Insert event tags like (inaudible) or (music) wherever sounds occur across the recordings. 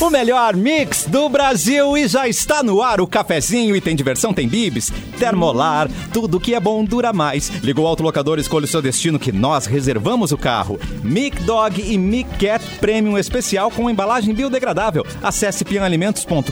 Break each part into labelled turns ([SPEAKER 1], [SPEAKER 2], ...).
[SPEAKER 1] O melhor mix do Brasil e já está no ar o cafezinho e tem diversão, tem bibis, termolar, tudo que é bom dura mais. Liga o autolocador, escolha o seu destino que nós reservamos o carro. Mic Dog e Mic Cat Premium especial com embalagem biodegradável. Acesse pianalimentos.com.br.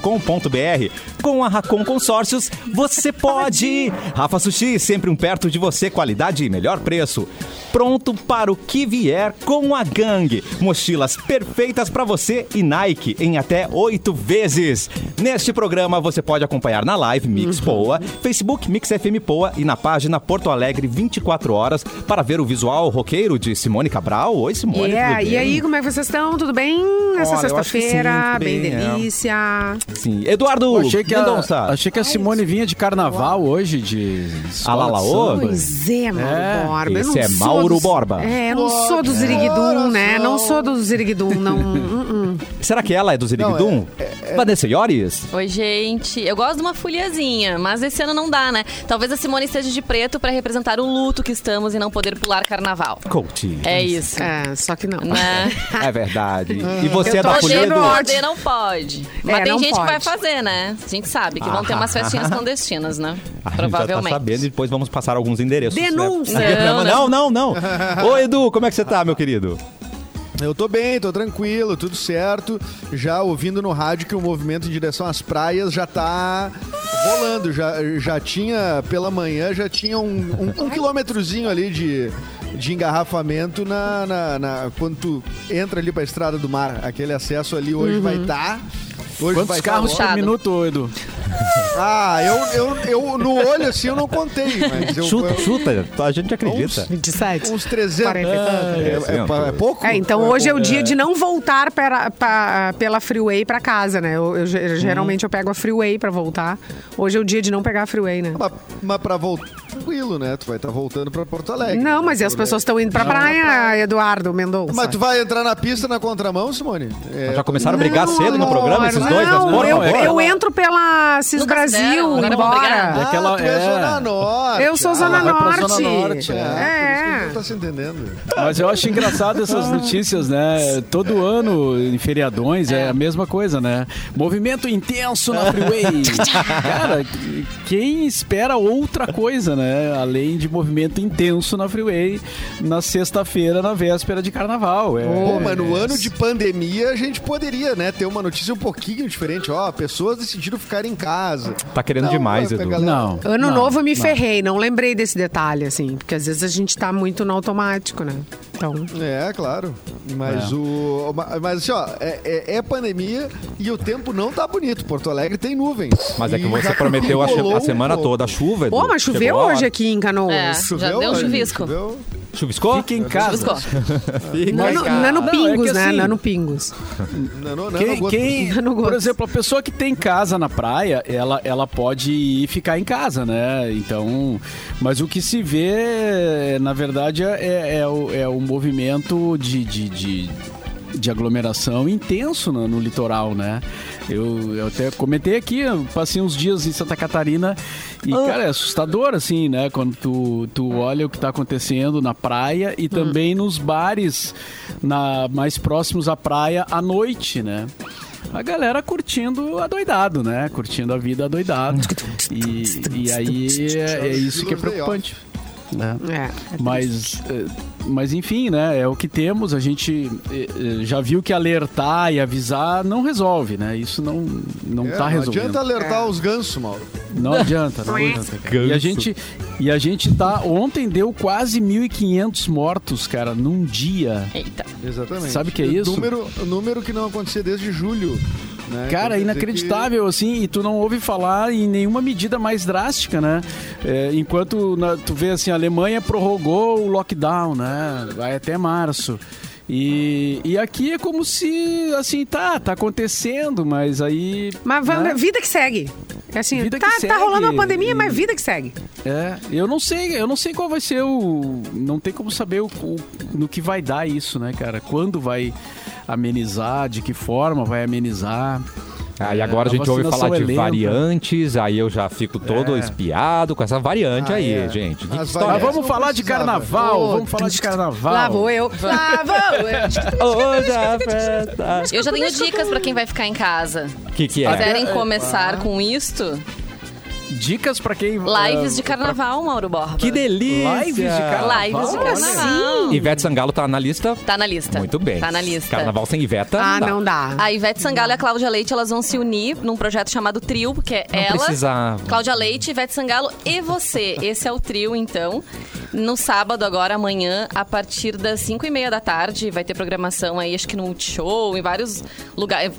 [SPEAKER 1] Com a Racon Consórcios, você pode. Rafa Sushi, sempre um perto de você, qualidade e melhor preço. Pronto para o que vier com a gangue. Mochilas perfeitas para você e Nike em até oito vezes. Neste programa você pode acompanhar na live Mix Poa, Facebook Mix FM Poa e na página Porto Alegre 24 horas para ver o visual roqueiro de Simone Cabral. Oi, Simone.
[SPEAKER 2] Yeah,
[SPEAKER 1] tudo
[SPEAKER 2] e
[SPEAKER 1] bem?
[SPEAKER 2] aí, como é que vocês estão? Tudo bem?
[SPEAKER 1] Olha, eu acho que
[SPEAKER 2] Nessa
[SPEAKER 1] sim,
[SPEAKER 2] sexta-feira,
[SPEAKER 1] tudo
[SPEAKER 2] bem,
[SPEAKER 1] bem, é.
[SPEAKER 2] delícia.
[SPEAKER 1] Sim. Eduardo
[SPEAKER 3] Pô, achei que a,
[SPEAKER 1] Mendonça.
[SPEAKER 3] achei que a Simone vinha de carnaval hoje, de. escola de
[SPEAKER 1] Alalaô?
[SPEAKER 3] samba.
[SPEAKER 2] Pois é, Mauro
[SPEAKER 3] É,
[SPEAKER 2] Borba. eu
[SPEAKER 1] esse
[SPEAKER 2] não
[SPEAKER 1] é
[SPEAKER 2] sou
[SPEAKER 1] Mauro
[SPEAKER 2] dos-
[SPEAKER 1] Borba.
[SPEAKER 2] É, eu não sou do Ziriguidum, né? Não sou do Ziriguidum,
[SPEAKER 1] (laughs)
[SPEAKER 2] não. Hum, hum.
[SPEAKER 1] Será que ela é do Ziriguidum? Vanessa Iores?
[SPEAKER 4] Oi, gente. Eu gosto de uma folhazinha, mas esse ano não dá, né? Talvez a Simone esteja de preto pra representar o luto que estamos e não poder pular carnaval.
[SPEAKER 1] Coaching.
[SPEAKER 4] É isso.
[SPEAKER 2] É, só que não. (laughs)
[SPEAKER 1] (laughs)
[SPEAKER 4] Né?
[SPEAKER 1] É verdade. E você
[SPEAKER 2] Eu
[SPEAKER 1] é da
[SPEAKER 2] tô
[SPEAKER 1] Folha
[SPEAKER 4] Poder,
[SPEAKER 2] achando
[SPEAKER 1] do...
[SPEAKER 2] ótimo.
[SPEAKER 4] poder não pode. Mas
[SPEAKER 2] É,
[SPEAKER 4] tem
[SPEAKER 2] não
[SPEAKER 4] gente que vai
[SPEAKER 2] pode.
[SPEAKER 4] fazer, né? A gente sabe que vão ter
[SPEAKER 1] (laughs)
[SPEAKER 4] umas festinhas clandestinas, né?
[SPEAKER 1] Ah. A gente já tá
[SPEAKER 4] Provavelmente.
[SPEAKER 1] sabendo e depois vamos passar alguns endereços. né?
[SPEAKER 2] Denúncia.
[SPEAKER 1] Não, não, não,
[SPEAKER 2] (laughs)
[SPEAKER 1] não. Ô, Edu, como é que você tá, meu querido?
[SPEAKER 5] Eu tô bem, tô tranquilo, tudo certo. Já ouvindo no rádio que o movimento em direção às praias já tá rolando. Já, já tinha, pela manhã, já tinha um, um, um quilômetrozinho ali de, de engarrafamento na, na- na- quando tu entra ali pra Estrada do Mar. Aquele acesso ali hoje
[SPEAKER 2] Uhum.
[SPEAKER 5] vai estar. Hoje
[SPEAKER 3] Quantos
[SPEAKER 5] vai tá
[SPEAKER 3] carros
[SPEAKER 5] louco.
[SPEAKER 3] por
[SPEAKER 4] Puxado.
[SPEAKER 3] minuto, Edu?
[SPEAKER 5] Ah, eu, eu, eu no olho assim eu não contei, mas eu.
[SPEAKER 1] Chuta,
[SPEAKER 5] eu-
[SPEAKER 1] chuta. A gente acredita.
[SPEAKER 2] 27.
[SPEAKER 5] Uns 300.
[SPEAKER 2] Quarenta e
[SPEAKER 1] tantos.
[SPEAKER 5] é, é, é pouco?
[SPEAKER 2] É, então hoje é o dia de não voltar pera- pa- pela freeway pra casa, né? Eu, eu
[SPEAKER 1] Uhum.
[SPEAKER 2] ge- geralmente eu pego a freeway pra voltar. Hoje é o dia de não pegar a freeway, né?
[SPEAKER 5] Mas, mas pra voltar, tranquilo, né? Tu vai estar voltando pra Porto Alegre.
[SPEAKER 2] Não, mas e as
[SPEAKER 5] Por aí.
[SPEAKER 2] pessoas estão indo pra praia, Eduardo Mendonça.
[SPEAKER 5] né? Mas tu vai entrar na pista na contramão, Simone? É,
[SPEAKER 1] Já começaram a brigar
[SPEAKER 2] Não,
[SPEAKER 1] cedo no programa, esses dois?
[SPEAKER 2] Não,
[SPEAKER 1] mas por
[SPEAKER 2] eu,
[SPEAKER 1] favor.
[SPEAKER 2] eu entro pela Cis
[SPEAKER 4] Nunca se
[SPEAKER 2] Brasil,
[SPEAKER 4] deram, agora vão
[SPEAKER 2] embora.
[SPEAKER 4] brigar.
[SPEAKER 5] ah,
[SPEAKER 3] Aquela-
[SPEAKER 5] tu é,
[SPEAKER 3] é.
[SPEAKER 5] Zona Norte.
[SPEAKER 2] Eu sou
[SPEAKER 5] Ah,
[SPEAKER 2] Zona
[SPEAKER 3] vai pra
[SPEAKER 2] Norte.
[SPEAKER 3] Zona Norte,
[SPEAKER 5] É, por isso que a gente
[SPEAKER 2] É.
[SPEAKER 5] não tá se entendendo.
[SPEAKER 3] Mas eu acho engraçado essas notícias, né? Todo ano, em feriadões, é a mesma coisa, né? Movimento intenso na
[SPEAKER 2] (laughs)
[SPEAKER 3] freeway. Cara, quem espera outra coisa, né? Além de movimento intenso na freeway, na sexta-feira, na véspera de carnaval. É,
[SPEAKER 5] Pô, mas no ano de pandemia a gente poderia, né, ter uma notícia um pouquinho diferente. Ó, pessoas decidiram ficar em casa.
[SPEAKER 1] Tá querendo demais,
[SPEAKER 5] a
[SPEAKER 1] Edu.
[SPEAKER 5] galera-
[SPEAKER 3] Não.
[SPEAKER 2] é. Ano
[SPEAKER 3] não,
[SPEAKER 2] novo eu me
[SPEAKER 3] não.
[SPEAKER 2] ferrei, não lembrei desse detalhe, assim, porque às vezes a gente tá muito no automático, né? Então.
[SPEAKER 5] É, claro. Mas
[SPEAKER 3] É.
[SPEAKER 5] o. ma- Mas assim, ó, é, é- é pandemia e o tempo não tá bonito. Porto Alegre tem nuvens.
[SPEAKER 1] Mas é que
[SPEAKER 5] E
[SPEAKER 1] você
[SPEAKER 5] já
[SPEAKER 1] prometeu a, che-
[SPEAKER 5] rolou
[SPEAKER 1] a semana
[SPEAKER 5] um pouco.
[SPEAKER 1] toda a chuva, Edu.
[SPEAKER 2] Pô, mas choveu
[SPEAKER 1] Chegou a hora.
[SPEAKER 2] hoje aqui em
[SPEAKER 4] É,
[SPEAKER 2] Canoas.
[SPEAKER 4] já deu um
[SPEAKER 5] hoje,
[SPEAKER 4] chuvisco.
[SPEAKER 5] Choveu.
[SPEAKER 1] Chuviscou?
[SPEAKER 3] Fica em casa.
[SPEAKER 4] Chuviscou.
[SPEAKER 2] Nano,
[SPEAKER 3] cara.
[SPEAKER 2] nano
[SPEAKER 3] Não, é
[SPEAKER 2] Pingos,
[SPEAKER 3] que
[SPEAKER 2] né?
[SPEAKER 3] assim-
[SPEAKER 2] Nano Pingos.
[SPEAKER 5] Não, não, é não, não
[SPEAKER 3] Quem,
[SPEAKER 5] gosto.
[SPEAKER 3] quem-
[SPEAKER 2] (laughs) Eu não gosto.
[SPEAKER 3] por exemplo, a pessoa que tem casa na praia, ela, ela pode ir ficar em casa, né? Então, mas o que se vê, na verdade, é, é, o, é um movimento de, de, de, de aglomeração intenso no, no litoral, né? Eu, eu até comentei aqui, eu passei uns dias em Santa Catarina e,
[SPEAKER 2] Ah.
[SPEAKER 3] cara, é assustador, assim, né? Quando tu, tu olha o que tá acontecendo na praia
[SPEAKER 2] Hum.
[SPEAKER 3] e também nos bares na, mais próximos à praia à noite, né? A galera curtindo adoidado, né? Curtindo a vida adoidado. E, e aí é, é isso que é preocupante. né?
[SPEAKER 2] É.
[SPEAKER 3] Mas, eh, mas enfim, né? É o que temos. A gente eh, eh, já viu que alertar e avisar não resolve, né? Isso não, não
[SPEAKER 5] É,
[SPEAKER 3] tá
[SPEAKER 5] não
[SPEAKER 3] resolvendo.
[SPEAKER 5] adianta
[SPEAKER 4] É.
[SPEAKER 5] alertar os gansos, Mauro.
[SPEAKER 3] Não adianta, não adianta.
[SPEAKER 1] É
[SPEAKER 3] cara. E a gente e a gente tá ontem deu quase 1500 mortos, cara, num dia.
[SPEAKER 4] Eita.
[SPEAKER 5] Exatamente.
[SPEAKER 3] Sabe o que é isso?
[SPEAKER 5] Número, número que não acontecia desde julho.
[SPEAKER 3] Cara,
[SPEAKER 5] né? Então, quer dizer
[SPEAKER 3] inacreditável, assim, e tu não ouve falar em nenhuma medida mais drástica, né? É, enquanto na- tu vê assim, a Alemanha prorrogou o lockdown, né? Vai até março. E, e aqui é como se, assim, tá, tá acontecendo, mas aí.
[SPEAKER 2] Mas vamos-
[SPEAKER 3] né?
[SPEAKER 2] vida que segue. É assim,
[SPEAKER 3] Vida
[SPEAKER 2] tá,
[SPEAKER 3] que
[SPEAKER 2] tá
[SPEAKER 3] segue.
[SPEAKER 2] rolando uma pandemia, mas vida que segue.
[SPEAKER 3] É, eu não sei, eu não sei qual vai ser o. Não tem como saber o, o- no que vai dar isso, né, cara? Quando vai amenizar, de que forma vai amenizar.
[SPEAKER 1] Aí agora a gente ouve
[SPEAKER 3] vacinação
[SPEAKER 1] falar de
[SPEAKER 3] é lenta.
[SPEAKER 1] variantes, aí eu já fico
[SPEAKER 2] É.
[SPEAKER 1] todo espiado com essa variante
[SPEAKER 5] Ah,
[SPEAKER 1] aí,
[SPEAKER 5] é.
[SPEAKER 1] gente. Que
[SPEAKER 5] As
[SPEAKER 1] história é essa?
[SPEAKER 3] Mas
[SPEAKER 5] variantes.
[SPEAKER 3] Tá, vamos falar de
[SPEAKER 5] precisava.
[SPEAKER 3] carnaval,
[SPEAKER 5] Ô,
[SPEAKER 3] vamos falar de carnaval.
[SPEAKER 2] Lá vou eu. Lá vou eu.
[SPEAKER 4] (laughs)
[SPEAKER 1] Hoje a festa.
[SPEAKER 4] Eu já tenho dicas pra quem vai ficar em casa.
[SPEAKER 1] O que, que é?
[SPEAKER 4] Quiserem começar com isto,
[SPEAKER 3] Dicas pra quem...
[SPEAKER 4] lives
[SPEAKER 3] eh,
[SPEAKER 4] de carnaval, Mauro Borba.
[SPEAKER 1] Ah. Que delícia!
[SPEAKER 3] Lives de carnaval?
[SPEAKER 4] Lives de
[SPEAKER 3] Olha.
[SPEAKER 4] carnaval.
[SPEAKER 1] Ivete Sangalo tá na lista?
[SPEAKER 4] Tá na lista.
[SPEAKER 1] Muito bem.
[SPEAKER 4] Tá na lista.
[SPEAKER 1] Carnaval sem Iveta?
[SPEAKER 2] Ah,
[SPEAKER 1] dá.
[SPEAKER 2] não dá. (laughs)
[SPEAKER 4] A Ivete Sangalo e a Cláudia Leite, elas vão se unir num projeto chamado Trio, porque é
[SPEAKER 1] Não
[SPEAKER 4] ela,
[SPEAKER 1] precisava.
[SPEAKER 4] Cláudia Leite, Ivete Sangalo e você. Esse é o trio, então. No sábado, agora, amanhã, a partir das 5 e meia da tarde, vai ter programação aí, acho que no Multishow, em vários lugares,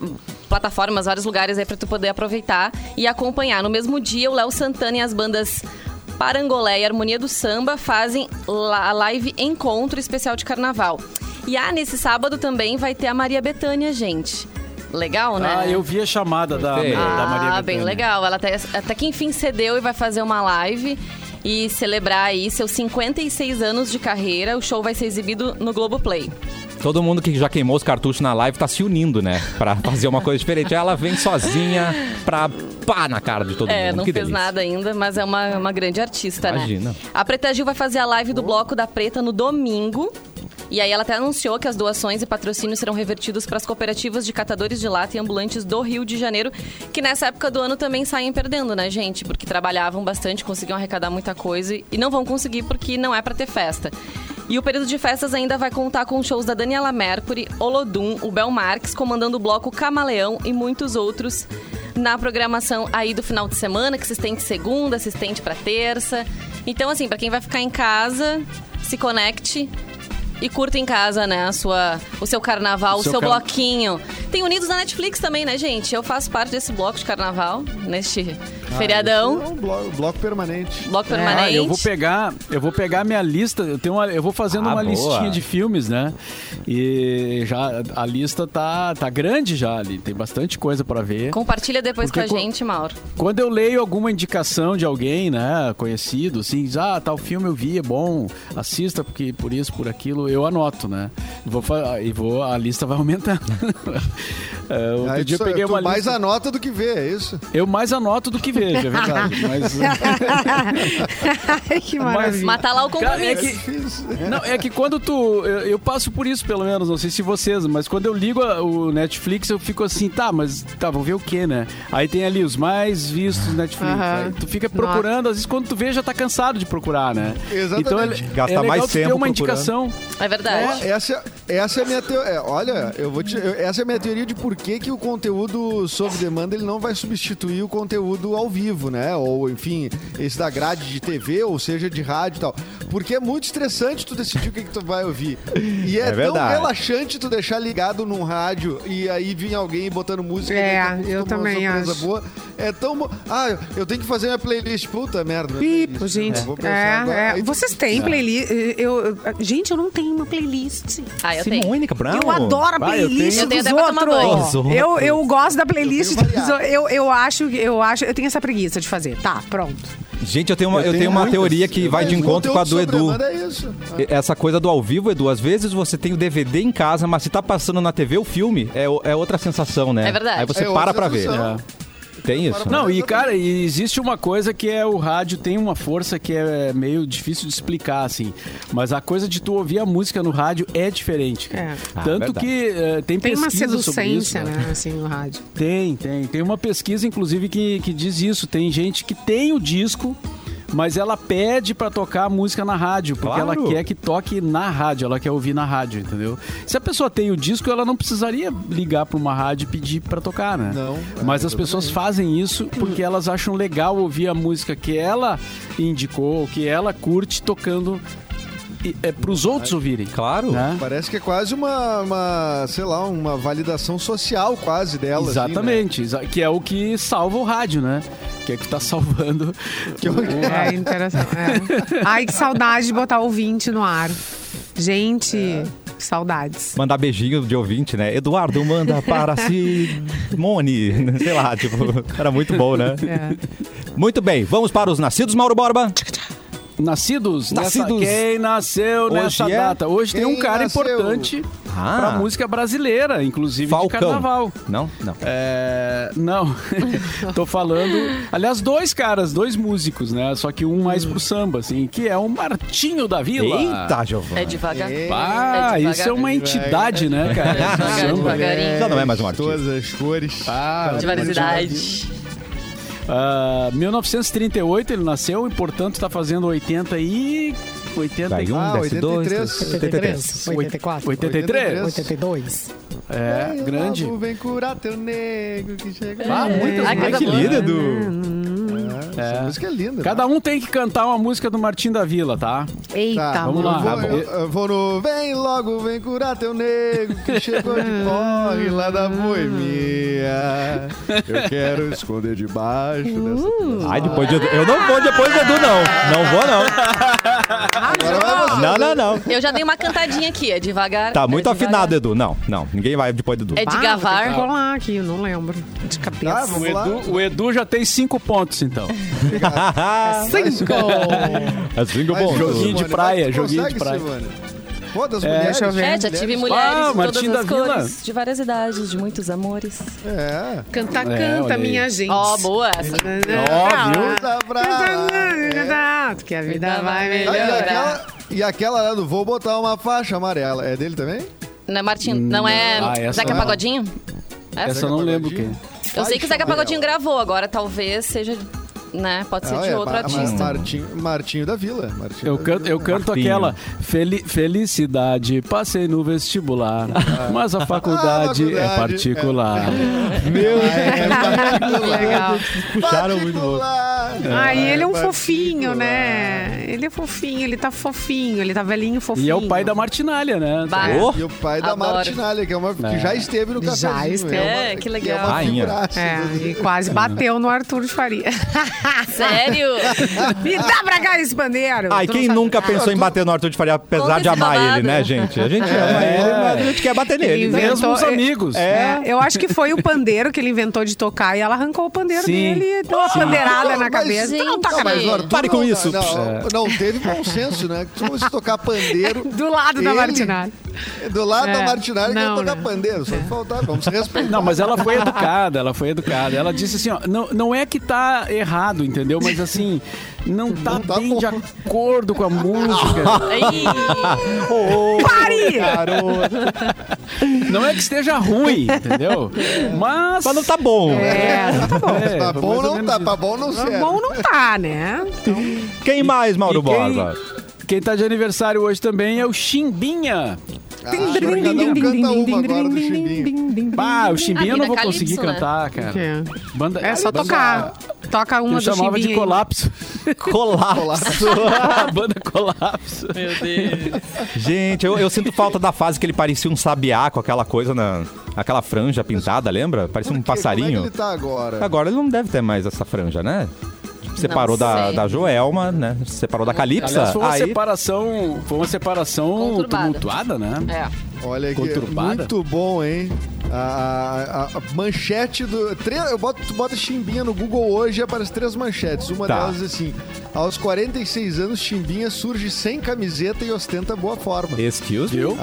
[SPEAKER 4] plataformas, vários lugares aí pra tu poder aproveitar e acompanhar. No mesmo dia, o Léo Santana e as bandas... Parangolé e Harmonia do Samba fazem la- a live Encontro Especial de Carnaval. E ah, nesse sábado também vai ter a Maria Bethânia, gente. Legal, né?
[SPEAKER 3] Ah, eu vi a chamada da,
[SPEAKER 1] Gostei.
[SPEAKER 3] É, da Maria
[SPEAKER 4] Ah,
[SPEAKER 3] Bethânia.
[SPEAKER 4] bem legal. Ela até, até que enfim cedeu e vai fazer uma live e celebrar aí seus 56 anos de carreira. O show vai ser exibido no Globoplay.
[SPEAKER 1] Todo mundo que já queimou os cartuchos na live tá se unindo, né? Pra fazer uma coisa diferente. Ela vem sozinha pra pá na cara de todo
[SPEAKER 4] É,
[SPEAKER 1] mundo.
[SPEAKER 4] não
[SPEAKER 1] que
[SPEAKER 4] fez
[SPEAKER 1] delícia.
[SPEAKER 4] nada ainda, mas é uma, uma grande artista,
[SPEAKER 1] Imagina.
[SPEAKER 4] né? A Preta Gil vai fazer a live do Bloco da Preta no domingo. E aí ela até anunciou que as doações e patrocínios serão revertidos para as cooperativas de catadores de lata e ambulantes do Rio de Janeiro, que nessa época do ano também saem perdendo, né, gente? Porque trabalhavam bastante, conseguiam arrecadar muita coisa e e não vão conseguir porque não é para ter festa. E o período de festas ainda vai contar com shows da Daniela Mercury, Olodum, o Bel Marques, comandando o bloco Camaleão e muitos outros na programação aí do final de semana, que se estende segunda, se estende pra terça. Então, assim, pra quem vai ficar em casa, se conecte e curta em casa, né, a sua, o seu carnaval, o,
[SPEAKER 3] seu
[SPEAKER 4] seu,
[SPEAKER 3] car-
[SPEAKER 4] bloquinho. Tem Unidos na Netflix também, né, gente? Eu faço parte desse bloco de carnaval, neste feriadão.
[SPEAKER 5] É um bloco, bloco permanente.
[SPEAKER 4] Bloco
[SPEAKER 3] Ah,
[SPEAKER 4] permanente.
[SPEAKER 3] eu vou pegar, eu vou pegar minha lista. Eu tenho uma- eu vou fazendo
[SPEAKER 1] Ah,
[SPEAKER 3] uma
[SPEAKER 1] boa.
[SPEAKER 3] listinha de filmes, né? E já a lista tá tá grande já ali. Tem bastante coisa pra ver.
[SPEAKER 4] Compartilha depois
[SPEAKER 3] Porque
[SPEAKER 4] com
[SPEAKER 3] co-
[SPEAKER 4] a gente, Mauro.
[SPEAKER 3] Quando eu leio alguma indicação de alguém, né, conhecido, assim, diz, ah, tal filme eu vi, é bom, assista, porque por isso, por aquilo, eu anoto, né? E vou, fa- e vou a lista vai aumentando. (laughs) É, outro
[SPEAKER 5] Aí
[SPEAKER 3] dia
[SPEAKER 5] tu,
[SPEAKER 3] eu peguei
[SPEAKER 5] Ah, tu
[SPEAKER 3] uma
[SPEAKER 5] mais
[SPEAKER 3] lista.
[SPEAKER 5] anota do que vê, é isso? (laughs)
[SPEAKER 3] Eu mais anoto do que vejo, é verdade. mas,
[SPEAKER 2] Ai, que maravilha.
[SPEAKER 4] Matar lá o
[SPEAKER 3] cara, é
[SPEAKER 4] compromisso.
[SPEAKER 3] que,
[SPEAKER 5] Difícil.
[SPEAKER 3] Não, é que quando tu. Eu, eu passo por isso, pelo menos, não sei se vocês, mas quando eu ligo a- o Netflix, eu fico assim, tá, mas tá, vou ver o quê, né? Aí tem ali os mais vistos do Netflix.
[SPEAKER 2] Aham.
[SPEAKER 3] Aí tu fica procurando, às vezes quando tu vê, já tá cansado de procurar, né?
[SPEAKER 5] Exatamente.
[SPEAKER 3] Então é,
[SPEAKER 6] Gasta
[SPEAKER 3] é legal
[SPEAKER 6] mais
[SPEAKER 3] tu ter
[SPEAKER 6] tempo
[SPEAKER 3] uma
[SPEAKER 6] procurando.
[SPEAKER 3] indicação.
[SPEAKER 4] É verdade.
[SPEAKER 5] É, essa, essa é a minha teoria. olha, eu vou te, eu- essa é a minha teoria de por que, que o conteúdo sob demanda ele não vai substituir o conteúdo ao vivo, né? Ou, enfim, esse da grade de TV, ou seja, de rádio e tal. Porque é muito estressante tu decidir o que, que tu vai ouvir. E é,
[SPEAKER 6] É
[SPEAKER 5] tão
[SPEAKER 6] verdade.
[SPEAKER 5] relaxante tu deixar ligado num rádio e aí vir alguém botando música.
[SPEAKER 2] É,
[SPEAKER 5] e aí tu costuma
[SPEAKER 2] eu
[SPEAKER 5] uma
[SPEAKER 2] também
[SPEAKER 5] surpresa
[SPEAKER 2] acho.
[SPEAKER 5] Boa. É tão. bo- Ah, eu tenho que fazer minha playlist. Puta merda.
[SPEAKER 2] Pipo, gente.
[SPEAKER 5] né? Vou pensar agora.
[SPEAKER 2] É, é.
[SPEAKER 5] Aí tu-
[SPEAKER 2] Vocês têm playlist? Eu, eu- gente, eu não tenho uma playlist.
[SPEAKER 4] Ah, eu tenho.
[SPEAKER 6] Simônica Brown.
[SPEAKER 2] Eu adoro a
[SPEAKER 3] Ah, eu
[SPEAKER 2] playlist
[SPEAKER 4] tenho- Eu tenho
[SPEAKER 2] dos
[SPEAKER 4] até é pra tomar banho.
[SPEAKER 2] outros.
[SPEAKER 6] Dos
[SPEAKER 2] Eu, eu gosto da playlist
[SPEAKER 5] Eu tenho
[SPEAKER 2] dos outros. Eu, eu acho, que- eu acho, eu tenho essa preguiça de fazer. Tá, pronto.
[SPEAKER 1] Gente, eu tenho uma, eu tenho uma
[SPEAKER 5] muitas.
[SPEAKER 1] teoria que
[SPEAKER 5] Eu
[SPEAKER 1] vai de
[SPEAKER 5] tenho
[SPEAKER 1] encontro com a do
[SPEAKER 5] conteúdo
[SPEAKER 1] Edu.
[SPEAKER 5] sobre demanda, É isso.
[SPEAKER 1] E- Essa coisa do ao vivo, Edu, às vezes você tem o DVD em casa, mas se tá passando na TV o filme, é, o- é outra sensação, né?
[SPEAKER 4] É verdade.
[SPEAKER 1] Aí você
[SPEAKER 5] É
[SPEAKER 1] para
[SPEAKER 5] outra
[SPEAKER 1] pra ver.
[SPEAKER 5] sensação.
[SPEAKER 1] Tem isso. né?
[SPEAKER 3] Não, e cara, e existe uma coisa que é o rádio tem uma força que é meio difícil de explicar, assim. Mas a coisa de tu ouvir a música no rádio é diferente. cara.
[SPEAKER 2] É.
[SPEAKER 1] Ah,
[SPEAKER 3] Tanto
[SPEAKER 1] verdade.
[SPEAKER 3] que eh, tem
[SPEAKER 2] Tem uma
[SPEAKER 3] pesquisa sobre isso,
[SPEAKER 2] seducência, né? Assim, no rádio.
[SPEAKER 3] Tem, tem. Tem uma pesquisa, inclusive, que, que diz isso. Tem gente que tem o disco, mas ela pede pra tocar a música na rádio, porque
[SPEAKER 1] Claro.
[SPEAKER 3] ela quer que toque na rádio, ela quer ouvir na rádio, entendeu? Se a pessoa tem o disco, ela não precisaria ligar pra uma rádio e pedir pra tocar, né?
[SPEAKER 5] Não, é,
[SPEAKER 3] Mas as pessoas fazem isso porque elas acham legal ouvir a música que ela indicou, que ela curte tocando e- é, pros outros ouvirem.
[SPEAKER 1] Claro.
[SPEAKER 3] Né?
[SPEAKER 5] Parece que é quase uma, uma, sei lá, uma validação social quase dela. assim, né?
[SPEAKER 3] Exatamente, exa- que é o que salva o rádio, né? Que é que tá (laughs) salvando.
[SPEAKER 2] É interessante. é. Ai, que saudade de botar ouvinte no ar. Gente, que saudades.
[SPEAKER 1] Mandar beijinho de ouvinte, né? Eduardo manda para Simone. (laughs) Sei lá, tipo, era muito bom, né?
[SPEAKER 2] É.
[SPEAKER 1] Muito bem, vamos para os nascidos, Mauro Borba.
[SPEAKER 3] Nascidos. nessa-
[SPEAKER 1] Nascidos.
[SPEAKER 3] quem nasceu
[SPEAKER 1] Hoje
[SPEAKER 3] nessa
[SPEAKER 1] é?
[SPEAKER 3] data. Hoje tem
[SPEAKER 5] Quem
[SPEAKER 3] um cara
[SPEAKER 5] nasceu?
[SPEAKER 3] importante
[SPEAKER 1] Ah.
[SPEAKER 3] pra música brasileira, inclusive
[SPEAKER 1] Falcão.
[SPEAKER 3] de carnaval.
[SPEAKER 1] Não, não.
[SPEAKER 3] É, não, (laughs) tô falando. Aliás, dois caras, dois músicos, né? Só que um mais pro samba, assim, que é o Martinho da Vila.
[SPEAKER 1] Eita, Giovana.
[SPEAKER 4] É devagar.
[SPEAKER 3] Ah,
[SPEAKER 4] É devagar.
[SPEAKER 3] isso é uma entidade, né, cara?
[SPEAKER 4] É devagar,
[SPEAKER 3] Do samba.
[SPEAKER 4] devagarinho.
[SPEAKER 1] Já não é mais um artista.
[SPEAKER 5] Todas as cores.
[SPEAKER 3] Ah,
[SPEAKER 4] De variedade.
[SPEAKER 3] Ah, 1938 ele nasceu e, portanto, tá fazendo 80 e. 80
[SPEAKER 1] Daí um,
[SPEAKER 5] Ah,
[SPEAKER 1] desce dois,
[SPEAKER 5] 83.
[SPEAKER 1] desce-
[SPEAKER 2] 83, 84,
[SPEAKER 3] 83?
[SPEAKER 2] 82.
[SPEAKER 3] É, grande.
[SPEAKER 5] Vem curar teu nego que chega.
[SPEAKER 3] Ah, muitas
[SPEAKER 4] Ai,
[SPEAKER 1] Ai,
[SPEAKER 3] músicas.
[SPEAKER 4] coisa
[SPEAKER 1] que
[SPEAKER 4] boa.
[SPEAKER 1] linda, Edu.
[SPEAKER 5] É, Essa música é linda.
[SPEAKER 3] Cada um tem que cantar uma música do Martim da Vila, tá?
[SPEAKER 2] Eita,
[SPEAKER 5] Tá,
[SPEAKER 3] vamos lá,
[SPEAKER 5] eu vou,
[SPEAKER 3] tá bom.
[SPEAKER 5] eu- eu vou no Vem logo, vem curar teu nego Que chegou de corre lá da boemia Eu quero esconder debaixo dessa...
[SPEAKER 1] Ai, depois de Edu. Eu não vou depois de Edu, não. Não vou, não.
[SPEAKER 5] Agora vai você.
[SPEAKER 1] Não, não, não.
[SPEAKER 4] Eu já dei uma cantadinha aqui, é devagar.
[SPEAKER 1] Tá muito
[SPEAKER 4] é
[SPEAKER 1] afinado, Edu. Não, não. Ninguém vai depois do Edu.
[SPEAKER 4] É de gavar.
[SPEAKER 2] Vou lá aqui, eu não lembro. De cabeça.
[SPEAKER 5] Ah,
[SPEAKER 3] O
[SPEAKER 5] vamos lá
[SPEAKER 3] Edu, o Edu já tem cinco pontos, então.
[SPEAKER 2] Cinco!
[SPEAKER 1] É single bom.
[SPEAKER 3] joguinho
[SPEAKER 5] Simone,
[SPEAKER 3] de praia,
[SPEAKER 5] vai, tu
[SPEAKER 3] joguinho de
[SPEAKER 5] consegue,
[SPEAKER 3] praia.
[SPEAKER 5] Simone? Foda-se,
[SPEAKER 3] É,
[SPEAKER 5] mulheres.
[SPEAKER 2] deixa eu ver.
[SPEAKER 4] É, já tive mulheres
[SPEAKER 3] Ah,
[SPEAKER 4] de todas
[SPEAKER 3] Martim
[SPEAKER 4] as
[SPEAKER 3] da Vila.
[SPEAKER 4] cores, de várias idades, de muitos amores.
[SPEAKER 5] É.
[SPEAKER 2] Canta,
[SPEAKER 3] É, olha
[SPEAKER 2] canta,
[SPEAKER 3] aí.
[SPEAKER 2] minha gente. Né?
[SPEAKER 4] Ó, boa essa.
[SPEAKER 3] Ó,
[SPEAKER 5] Tá brava.
[SPEAKER 2] Que a vida vai
[SPEAKER 5] Ah, e,
[SPEAKER 4] Melhorar.
[SPEAKER 5] aquela, e aquela lá do Vou Botar Uma Faixa Amarela. É dele também?
[SPEAKER 4] Não é Martim, não
[SPEAKER 3] Ah,
[SPEAKER 4] é
[SPEAKER 3] essa
[SPEAKER 4] Zeca
[SPEAKER 3] não.
[SPEAKER 4] Pagodinho?
[SPEAKER 3] Essa eu não lembro quem.
[SPEAKER 4] Eu sei que o Zeca Pagodinho
[SPEAKER 5] gravou.
[SPEAKER 4] gravou, agora talvez seja, né, pode ser
[SPEAKER 5] Ah,
[SPEAKER 4] de
[SPEAKER 5] é,
[SPEAKER 4] outro
[SPEAKER 5] Ma-
[SPEAKER 4] artista.
[SPEAKER 5] Ma- Martinho, Martinho da Vila. Martinho
[SPEAKER 3] Eu
[SPEAKER 5] da
[SPEAKER 3] canto, eu
[SPEAKER 5] Vila.
[SPEAKER 3] canto
[SPEAKER 1] Martinho.
[SPEAKER 3] aquela Fel- felicidade, passei no (laughs) vestibular, mas a faculdade é
[SPEAKER 5] faculdade,
[SPEAKER 3] particular.
[SPEAKER 5] Meu Deus,
[SPEAKER 2] Legal.
[SPEAKER 1] Puxaram muito louco.
[SPEAKER 5] é. particular.
[SPEAKER 3] Ah,
[SPEAKER 2] Ai, ele é um
[SPEAKER 5] particular.
[SPEAKER 2] fofinho, né? Ele é fofinho, ele tá fofinho, ele tá velhinho, fofinho.
[SPEAKER 3] E é o pai da Martinalha, né?
[SPEAKER 4] Bah.
[SPEAKER 1] Oh,
[SPEAKER 5] E o pai da
[SPEAKER 4] Adoro.
[SPEAKER 5] Martinalha, que, é uma, que já esteve no
[SPEAKER 2] Já
[SPEAKER 5] cafezinho.
[SPEAKER 2] esteve.
[SPEAKER 4] É,
[SPEAKER 5] É, uma,
[SPEAKER 4] que
[SPEAKER 5] É
[SPEAKER 4] legal.
[SPEAKER 5] uma
[SPEAKER 1] Rainha.
[SPEAKER 5] figuraça.
[SPEAKER 2] É, e quase bateu no Arthur de Faria. (laughs)
[SPEAKER 4] Sério?
[SPEAKER 2] Me dá pra cá esse bandeiro!
[SPEAKER 1] Ai,
[SPEAKER 2] Tu não
[SPEAKER 1] quem
[SPEAKER 2] sabe-
[SPEAKER 1] nunca pensou em bater no Arthur de Faria, apesar
[SPEAKER 4] Conta
[SPEAKER 1] de
[SPEAKER 4] esse
[SPEAKER 1] amar
[SPEAKER 4] babado.
[SPEAKER 1] ele, né, gente? A (laughs) gente ama ele, mas a gente quer bater nele.
[SPEAKER 2] Ele
[SPEAKER 1] né?
[SPEAKER 3] Mesmo os
[SPEAKER 2] Inventou-
[SPEAKER 3] amigos.
[SPEAKER 2] É, eu acho que foi o pandeiro que ele inventou de tocar e ela arrancou o pandeiro
[SPEAKER 3] Sim.
[SPEAKER 2] dele e deu uma pandeirada
[SPEAKER 5] Não,
[SPEAKER 2] na
[SPEAKER 5] mas-
[SPEAKER 2] cabeça. Tu não
[SPEAKER 4] gente,
[SPEAKER 2] toca
[SPEAKER 4] não, mas
[SPEAKER 2] nele.
[SPEAKER 5] O Arthur
[SPEAKER 1] Pare com
[SPEAKER 5] não-
[SPEAKER 1] isso.
[SPEAKER 5] Não, não teve bom senso, né? Como se tocar pandeiro.
[SPEAKER 2] (laughs) Do lado da
[SPEAKER 5] Ele-
[SPEAKER 2] Martinalha.
[SPEAKER 5] Do lado da
[SPEAKER 2] É.
[SPEAKER 5] Martinalha, quer
[SPEAKER 2] Não,
[SPEAKER 5] tocar
[SPEAKER 2] não. É.
[SPEAKER 5] pandeiro. Só que faltava, vamos se respeitar.
[SPEAKER 3] Não, mas ela foi educada, ela foi educada. Ela disse assim, ó, não, não é que tá errado, entendeu? Mas assim, não tá,
[SPEAKER 5] tá
[SPEAKER 3] bem
[SPEAKER 5] bom.
[SPEAKER 3] de acordo com a música.
[SPEAKER 4] Aí,
[SPEAKER 2] Pare!
[SPEAKER 3] Não é que esteja ruim, entendeu? Mas...
[SPEAKER 1] Mas não tá bom.
[SPEAKER 2] É, não tá bom.
[SPEAKER 3] (laughs) É,
[SPEAKER 5] Pra
[SPEAKER 3] foi
[SPEAKER 5] bom
[SPEAKER 3] mais ou
[SPEAKER 5] não
[SPEAKER 3] menos
[SPEAKER 5] tá,
[SPEAKER 3] isso.
[SPEAKER 5] pra bom não é serve.
[SPEAKER 2] Bom não tá, né?
[SPEAKER 1] Quem mais, Mauro
[SPEAKER 3] E quem-
[SPEAKER 1] Borba?
[SPEAKER 3] Quem tá de aniversário hoje também é o Chimbinha.
[SPEAKER 5] Ah, cada um canta uma agora do Chimbinho.
[SPEAKER 3] Ah, o Chimbinha eu não
[SPEAKER 4] vida
[SPEAKER 3] vou
[SPEAKER 4] calypso,
[SPEAKER 3] conseguir
[SPEAKER 4] né?
[SPEAKER 3] cantar, cara. Banda,
[SPEAKER 2] É só
[SPEAKER 3] banda
[SPEAKER 2] tocar. Toca
[SPEAKER 3] Que eu
[SPEAKER 2] uma do
[SPEAKER 3] chamava de
[SPEAKER 2] Chimbinha. aí. Tá
[SPEAKER 3] colapso.
[SPEAKER 1] Colapso.
[SPEAKER 3] A (laughs) banda colapso.
[SPEAKER 1] Gente, eu, eu sinto falta da fase que ele parecia um sabiá com aquela coisa na. aquela franja pintada, lembra? Parecia um
[SPEAKER 5] Porque Como é
[SPEAKER 1] passarinho.
[SPEAKER 5] que ele tá agora?
[SPEAKER 1] Agora ele não deve ter mais essa franja, né? Separou da,
[SPEAKER 4] sei.
[SPEAKER 1] da Joelma, né? Separou da Calypsa.
[SPEAKER 3] Aliás, foi uma
[SPEAKER 1] Aí,
[SPEAKER 3] separação, foi uma separação
[SPEAKER 4] Conturbada.
[SPEAKER 3] tumultuada, né?
[SPEAKER 4] é.
[SPEAKER 5] Olha aqui,
[SPEAKER 3] Conturbada.
[SPEAKER 5] muito bom, hein? A, a- a- a manchete do. tre- eu boto, tu bota Chimbinha no Google hoje e aparece três manchetes. Uma
[SPEAKER 1] Tá.
[SPEAKER 5] delas é assim: aos 46 anos, Chimbinha surge sem camiseta e ostenta boa forma.
[SPEAKER 1] excuse me.
[SPEAKER 3] Viu?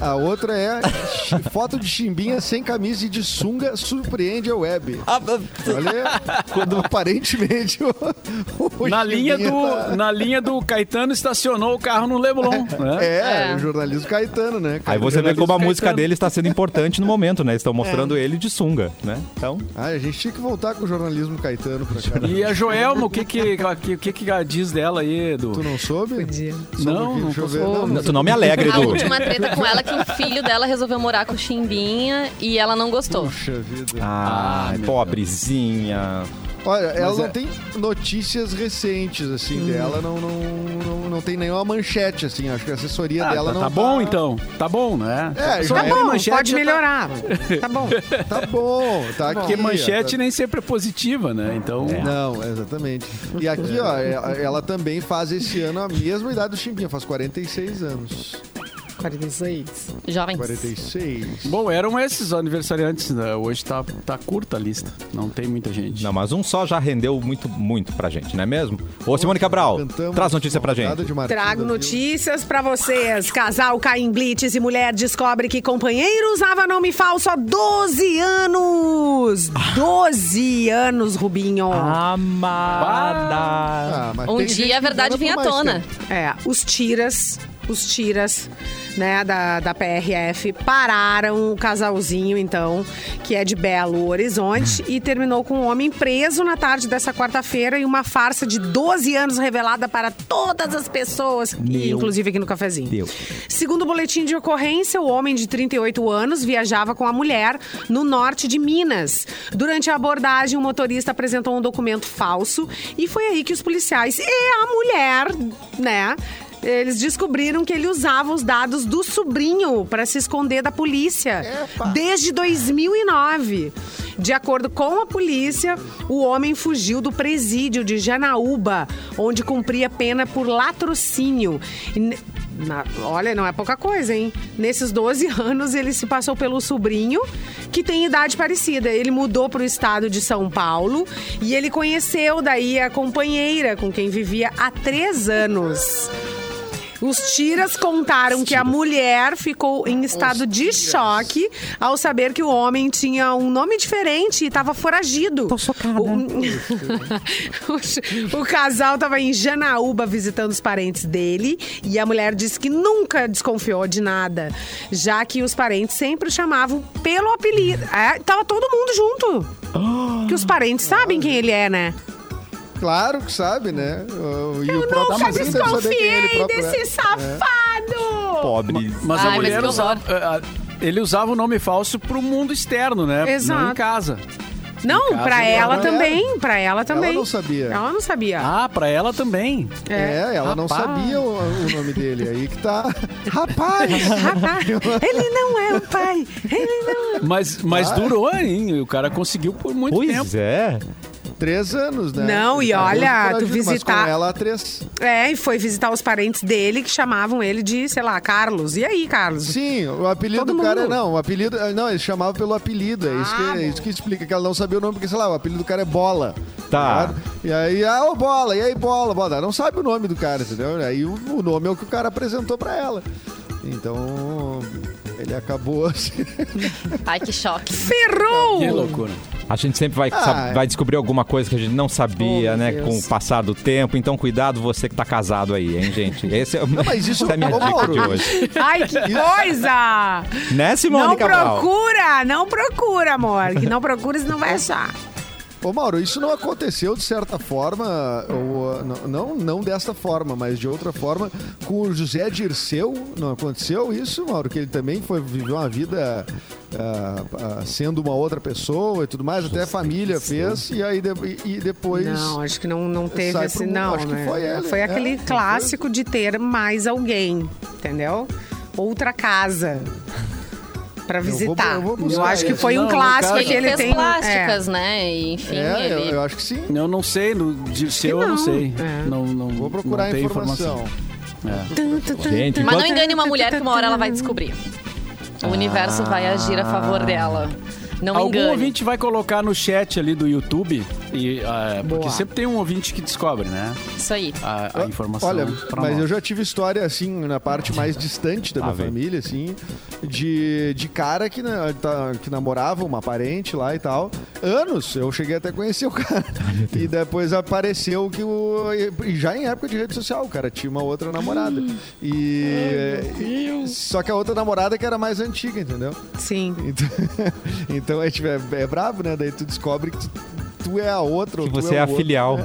[SPEAKER 5] A outra é chi- foto de Chimbinha sem camisa e de sunga surpreende a web.
[SPEAKER 1] Ah, ah,
[SPEAKER 5] Olha, quando aparentemente o, o
[SPEAKER 3] Na
[SPEAKER 5] Chimbinha
[SPEAKER 3] linha, do,
[SPEAKER 5] tá-
[SPEAKER 3] na linha do Caetano estacionou o carro no
[SPEAKER 5] (laughs)
[SPEAKER 3] Leblon. Né?
[SPEAKER 5] É,
[SPEAKER 4] É.
[SPEAKER 5] o jornalismo caetano, né? cara?
[SPEAKER 1] Aí você vê como a
[SPEAKER 3] Jornalista
[SPEAKER 1] música
[SPEAKER 3] Caetano.
[SPEAKER 1] dele está sendo importante no momento, né? Estão mostrando ele de sunga, né? Então,
[SPEAKER 5] Ah, a gente tinha que voltar com o jornalismo caetano pra cá. né?
[SPEAKER 3] E a Joelma, o que que, o que que ela diz dela aí,
[SPEAKER 5] Tu
[SPEAKER 3] Edu?
[SPEAKER 5] não soube?
[SPEAKER 2] Podia.
[SPEAKER 5] Só um
[SPEAKER 3] Não,
[SPEAKER 5] pouquinho,
[SPEAKER 3] não
[SPEAKER 5] deixa eu
[SPEAKER 3] posso-
[SPEAKER 5] ver. Não,
[SPEAKER 1] tu não me alegra,
[SPEAKER 4] A
[SPEAKER 1] Edu.
[SPEAKER 4] última treta com ela é que o filho dela resolveu morar com o Chimbinha e ela não gostou.
[SPEAKER 5] Puxa vida.
[SPEAKER 1] Ah, pobrezinha.
[SPEAKER 5] Olha, ela
[SPEAKER 3] Mas
[SPEAKER 5] não
[SPEAKER 3] é- Hum.
[SPEAKER 5] tem notícias recentes, assim, dela. Não, não, não, não tem nenhuma manchete, assim. Acho que a assessoria
[SPEAKER 3] Ah,
[SPEAKER 5] dela
[SPEAKER 3] tá,
[SPEAKER 5] não
[SPEAKER 3] tá bom então, tá bom, né?
[SPEAKER 5] É,
[SPEAKER 3] Só
[SPEAKER 5] já
[SPEAKER 2] Tá
[SPEAKER 5] é.
[SPEAKER 3] abre
[SPEAKER 2] bom,
[SPEAKER 3] manchete,
[SPEAKER 2] pode
[SPEAKER 3] já tá-
[SPEAKER 2] melhorar. Tá
[SPEAKER 3] (laughs)
[SPEAKER 2] bom.
[SPEAKER 5] Tá bom, tá aqui.
[SPEAKER 3] Porque manchete
[SPEAKER 5] ó,
[SPEAKER 3] nem sempre é positiva, né? Então.
[SPEAKER 5] tá- Não, exatamente. E aqui, ó, é- ela também faz esse ano a mesma idade do Chimbinha. Faz 46 anos.
[SPEAKER 2] 46.
[SPEAKER 4] Jovens.
[SPEAKER 5] 46.
[SPEAKER 3] Bom, eram esses aniversariantes, né? Hoje tá, tá curta a lista. Não tem muita gente.
[SPEAKER 1] Não, mas um só já rendeu muito, muito pra gente, não é mesmo? Ô, Simone Cabral,
[SPEAKER 5] Cantamos
[SPEAKER 1] traz notícia pra
[SPEAKER 5] Nada
[SPEAKER 1] gente.
[SPEAKER 5] de Martim
[SPEAKER 2] Trago
[SPEAKER 5] da Vila.
[SPEAKER 2] notícias pra vocês. Casal cai em blitz e mulher descobre que companheiro usava nome falso há 12 anos.
[SPEAKER 3] Ah.
[SPEAKER 2] 12 anos, Rubinho.
[SPEAKER 1] Amada.
[SPEAKER 5] Ah, mas
[SPEAKER 4] Um
[SPEAKER 5] tem gente
[SPEAKER 4] dia a
[SPEAKER 5] que engana
[SPEAKER 4] verdade
[SPEAKER 5] por
[SPEAKER 4] vem à
[SPEAKER 5] mais
[SPEAKER 4] tona.
[SPEAKER 5] tempo.
[SPEAKER 2] É, os tiras, os tiras, né, da, da PRF pararam o casalzinho, então, que é de Belo Horizonte e terminou com um homem preso na tarde dessa quarta-feira e uma farsa de 12 anos revelada para todas as pessoas, e inclusive aqui no cafezinho.
[SPEAKER 1] Deus.
[SPEAKER 2] Segundo o boletim de ocorrência, o homem de 38 anos viajava com a mulher no norte de Minas. Durante a abordagem, o motorista apresentou um documento falso e foi aí que os policiais e a mulher, né? Eles descobriram que ele usava os dados do sobrinho para se esconder da polícia desde 2009. De acordo com a polícia, o homem fugiu do presídio de Janaúba, onde cumpria pena por latrocínio. E ne- na- olha, não é pouca coisa, hein? Nesses 12 (laughs) anos, ele se passou pelo sobrinho, que tem idade parecida. Ele mudou para o estado de São Paulo e ele conheceu daí a companheira com quem vivia há três anos. Os tiras contaram que a mulher ficou em estado de choque ao saber que o homem tinha um nome diferente e estava foragido. Tô chocada. O, (laughs) o casal estava em Janaúba visitando os parentes dele e a mulher disse que nunca desconfiou de nada, já que os parentes sempre o chamavam pelo apelido. É, tava todo mundo junto.
[SPEAKER 5] Ah!
[SPEAKER 2] Que os parentes sabem quem ele é, né?
[SPEAKER 5] Claro que sabe, né? O- E o
[SPEAKER 2] Eu
[SPEAKER 5] próprio
[SPEAKER 2] nunca
[SPEAKER 5] Martim deve saber quem ele
[SPEAKER 2] desconfiei
[SPEAKER 5] próprio é.
[SPEAKER 2] desse safado!
[SPEAKER 1] Pobre.
[SPEAKER 3] Mas a
[SPEAKER 4] Ai, mas
[SPEAKER 3] mulher
[SPEAKER 4] que
[SPEAKER 3] usava. a- a- Ele usava o nome falso pro mundo externo, né? Não
[SPEAKER 2] Exato.
[SPEAKER 3] em casa.
[SPEAKER 2] Não,
[SPEAKER 3] caso,
[SPEAKER 2] pra
[SPEAKER 5] não
[SPEAKER 2] ela
[SPEAKER 5] era.
[SPEAKER 2] também, pra ela também.
[SPEAKER 5] não sabia.
[SPEAKER 2] Ela não sabia.
[SPEAKER 3] Ah, pra ela também.
[SPEAKER 2] (laughs)
[SPEAKER 5] É, ela não
[SPEAKER 3] Rapaz.
[SPEAKER 5] sabia o, o nome dele. Aí que tá. Rapaz!
[SPEAKER 2] Rapaz, Ah, tá. ele não é o pai, ele não é...
[SPEAKER 3] Mas,
[SPEAKER 5] Ah,
[SPEAKER 3] mas durou, hein? O cara conseguiu por muito tempo.
[SPEAKER 1] Pois é.
[SPEAKER 5] (laughs) Três anos, né?
[SPEAKER 2] Não, e
[SPEAKER 5] Ele tá
[SPEAKER 2] olha,
[SPEAKER 5] muito
[SPEAKER 2] tu
[SPEAKER 5] corajoso, Mas
[SPEAKER 2] visitar-
[SPEAKER 5] com ela, há três.
[SPEAKER 2] É, e foi visitar os parentes dele que chamavam ele de, sei lá, Carlos. E aí, Carlos?
[SPEAKER 5] Sim, o apelido
[SPEAKER 2] Todo
[SPEAKER 5] do cara
[SPEAKER 2] mundo.
[SPEAKER 5] não, o apelido, eh, não, ele chamava pelo apelido, é isso, que,
[SPEAKER 2] Ah,
[SPEAKER 5] é
[SPEAKER 2] bom.
[SPEAKER 5] isso que explica que ela não sabia o nome, porque sei lá, o apelido do cara é Bola.
[SPEAKER 1] Tá.
[SPEAKER 5] ligado? E aí, ah, ô Bola, e aí Bola, Bola, Ela não sabe o nome do cara, entendeu? Aí o, o nome é o que o cara apresentou pra ela. Então, ele acabou (laughs) assim.
[SPEAKER 4] Ai, que choque.
[SPEAKER 2] Ferrou!
[SPEAKER 3] Que loucura.
[SPEAKER 1] A gente sempre vai, sa-
[SPEAKER 5] é.
[SPEAKER 1] vai descobrir alguma coisa que a gente não sabia,
[SPEAKER 2] Oh, meu
[SPEAKER 1] né?
[SPEAKER 2] Deus.
[SPEAKER 1] Com o passar do tempo. Então, cuidado você que tá casado aí, hein, gente? Esse é, não,
[SPEAKER 5] mas isso-
[SPEAKER 1] essa é a minha
[SPEAKER 5] Ô,
[SPEAKER 1] dica
[SPEAKER 5] Mauro.
[SPEAKER 1] de hoje.
[SPEAKER 2] Ai, que coisa!
[SPEAKER 1] Né,
[SPEAKER 2] Não
[SPEAKER 1] Simone Cabral?
[SPEAKER 2] procura, não procura, amor. Que não procura, você não vai achar.
[SPEAKER 5] Ô Mauro, isso não aconteceu de certa forma, ou, ah, não, não, não desta forma, mas de outra forma, com o José Dirceu, não aconteceu isso, Mauro? Que ele também foi viver uma vida ah, ah, sendo uma outra pessoa e tudo mais, até a família fez, e aí de- e, e depois...
[SPEAKER 2] Não, acho que não, não teve
[SPEAKER 5] Sai
[SPEAKER 2] esse,
[SPEAKER 5] pro mundo,
[SPEAKER 2] não.
[SPEAKER 5] acho que
[SPEAKER 2] né?
[SPEAKER 5] foi ele, é,
[SPEAKER 2] aquele
[SPEAKER 5] não foi?
[SPEAKER 2] clássico de ter mais alguém, entendeu? Outra casa. Pra
[SPEAKER 5] vou-
[SPEAKER 2] visitar. Eu,
[SPEAKER 5] eu vou buscar
[SPEAKER 2] acho que
[SPEAKER 5] isso.
[SPEAKER 2] foi
[SPEAKER 3] Não,
[SPEAKER 2] um
[SPEAKER 3] no
[SPEAKER 2] clássico
[SPEAKER 3] caso-
[SPEAKER 2] que
[SPEAKER 4] Ele,
[SPEAKER 2] ele
[SPEAKER 4] fez
[SPEAKER 2] tem.
[SPEAKER 4] plásticas, né? E, enfim,
[SPEAKER 5] É, eu,
[SPEAKER 4] ele...
[SPEAKER 5] eu acho que sim.
[SPEAKER 3] Eu não sei, no Dirceu eu não
[SPEAKER 2] não.
[SPEAKER 3] sei.
[SPEAKER 2] É.
[SPEAKER 3] Não, não,
[SPEAKER 5] Vou procurar
[SPEAKER 3] não
[SPEAKER 5] a
[SPEAKER 3] tem
[SPEAKER 5] informação.
[SPEAKER 2] É.
[SPEAKER 1] Gente,
[SPEAKER 4] Mas não
[SPEAKER 1] enquanto-
[SPEAKER 4] engane uma mulher que uma hora ela
[SPEAKER 5] (laughs)
[SPEAKER 4] vai descobrir. O universo vai agir a favor dela. Não
[SPEAKER 3] Algum
[SPEAKER 4] engane.
[SPEAKER 3] ouvinte vai colocar no chat ali do YouTube, e, ah, porque
[SPEAKER 2] Boa.
[SPEAKER 3] sempre tem um ouvinte que descobre, né?
[SPEAKER 4] Isso aí.
[SPEAKER 3] A, a informação.
[SPEAKER 5] Ah, Olha,
[SPEAKER 3] pra
[SPEAKER 5] mas
[SPEAKER 3] nós.
[SPEAKER 5] eu já tive história assim,
[SPEAKER 1] (laughs)
[SPEAKER 5] na parte mais distante da
[SPEAKER 1] Lá
[SPEAKER 5] minha
[SPEAKER 1] vem.
[SPEAKER 5] família, assim, de, de cara que, na- tá- que namorava uma parente lá e tal. Anos, eu cheguei até a conhecer o (laughs) cara. e depois apareceu que o. e Já em época de rede social, o cara tinha uma outra namorada. E. é, e- Só que a outra namorada que era mais antiga, entendeu?
[SPEAKER 2] Sim.
[SPEAKER 4] (laughs)
[SPEAKER 5] Então, (laughs) então é, tipo, é, é brabo, né? Daí tu descobre que tu, tu é a outra. ou
[SPEAKER 1] que
[SPEAKER 5] tu
[SPEAKER 1] você é
[SPEAKER 5] o
[SPEAKER 1] a
[SPEAKER 5] outro.
[SPEAKER 1] filial.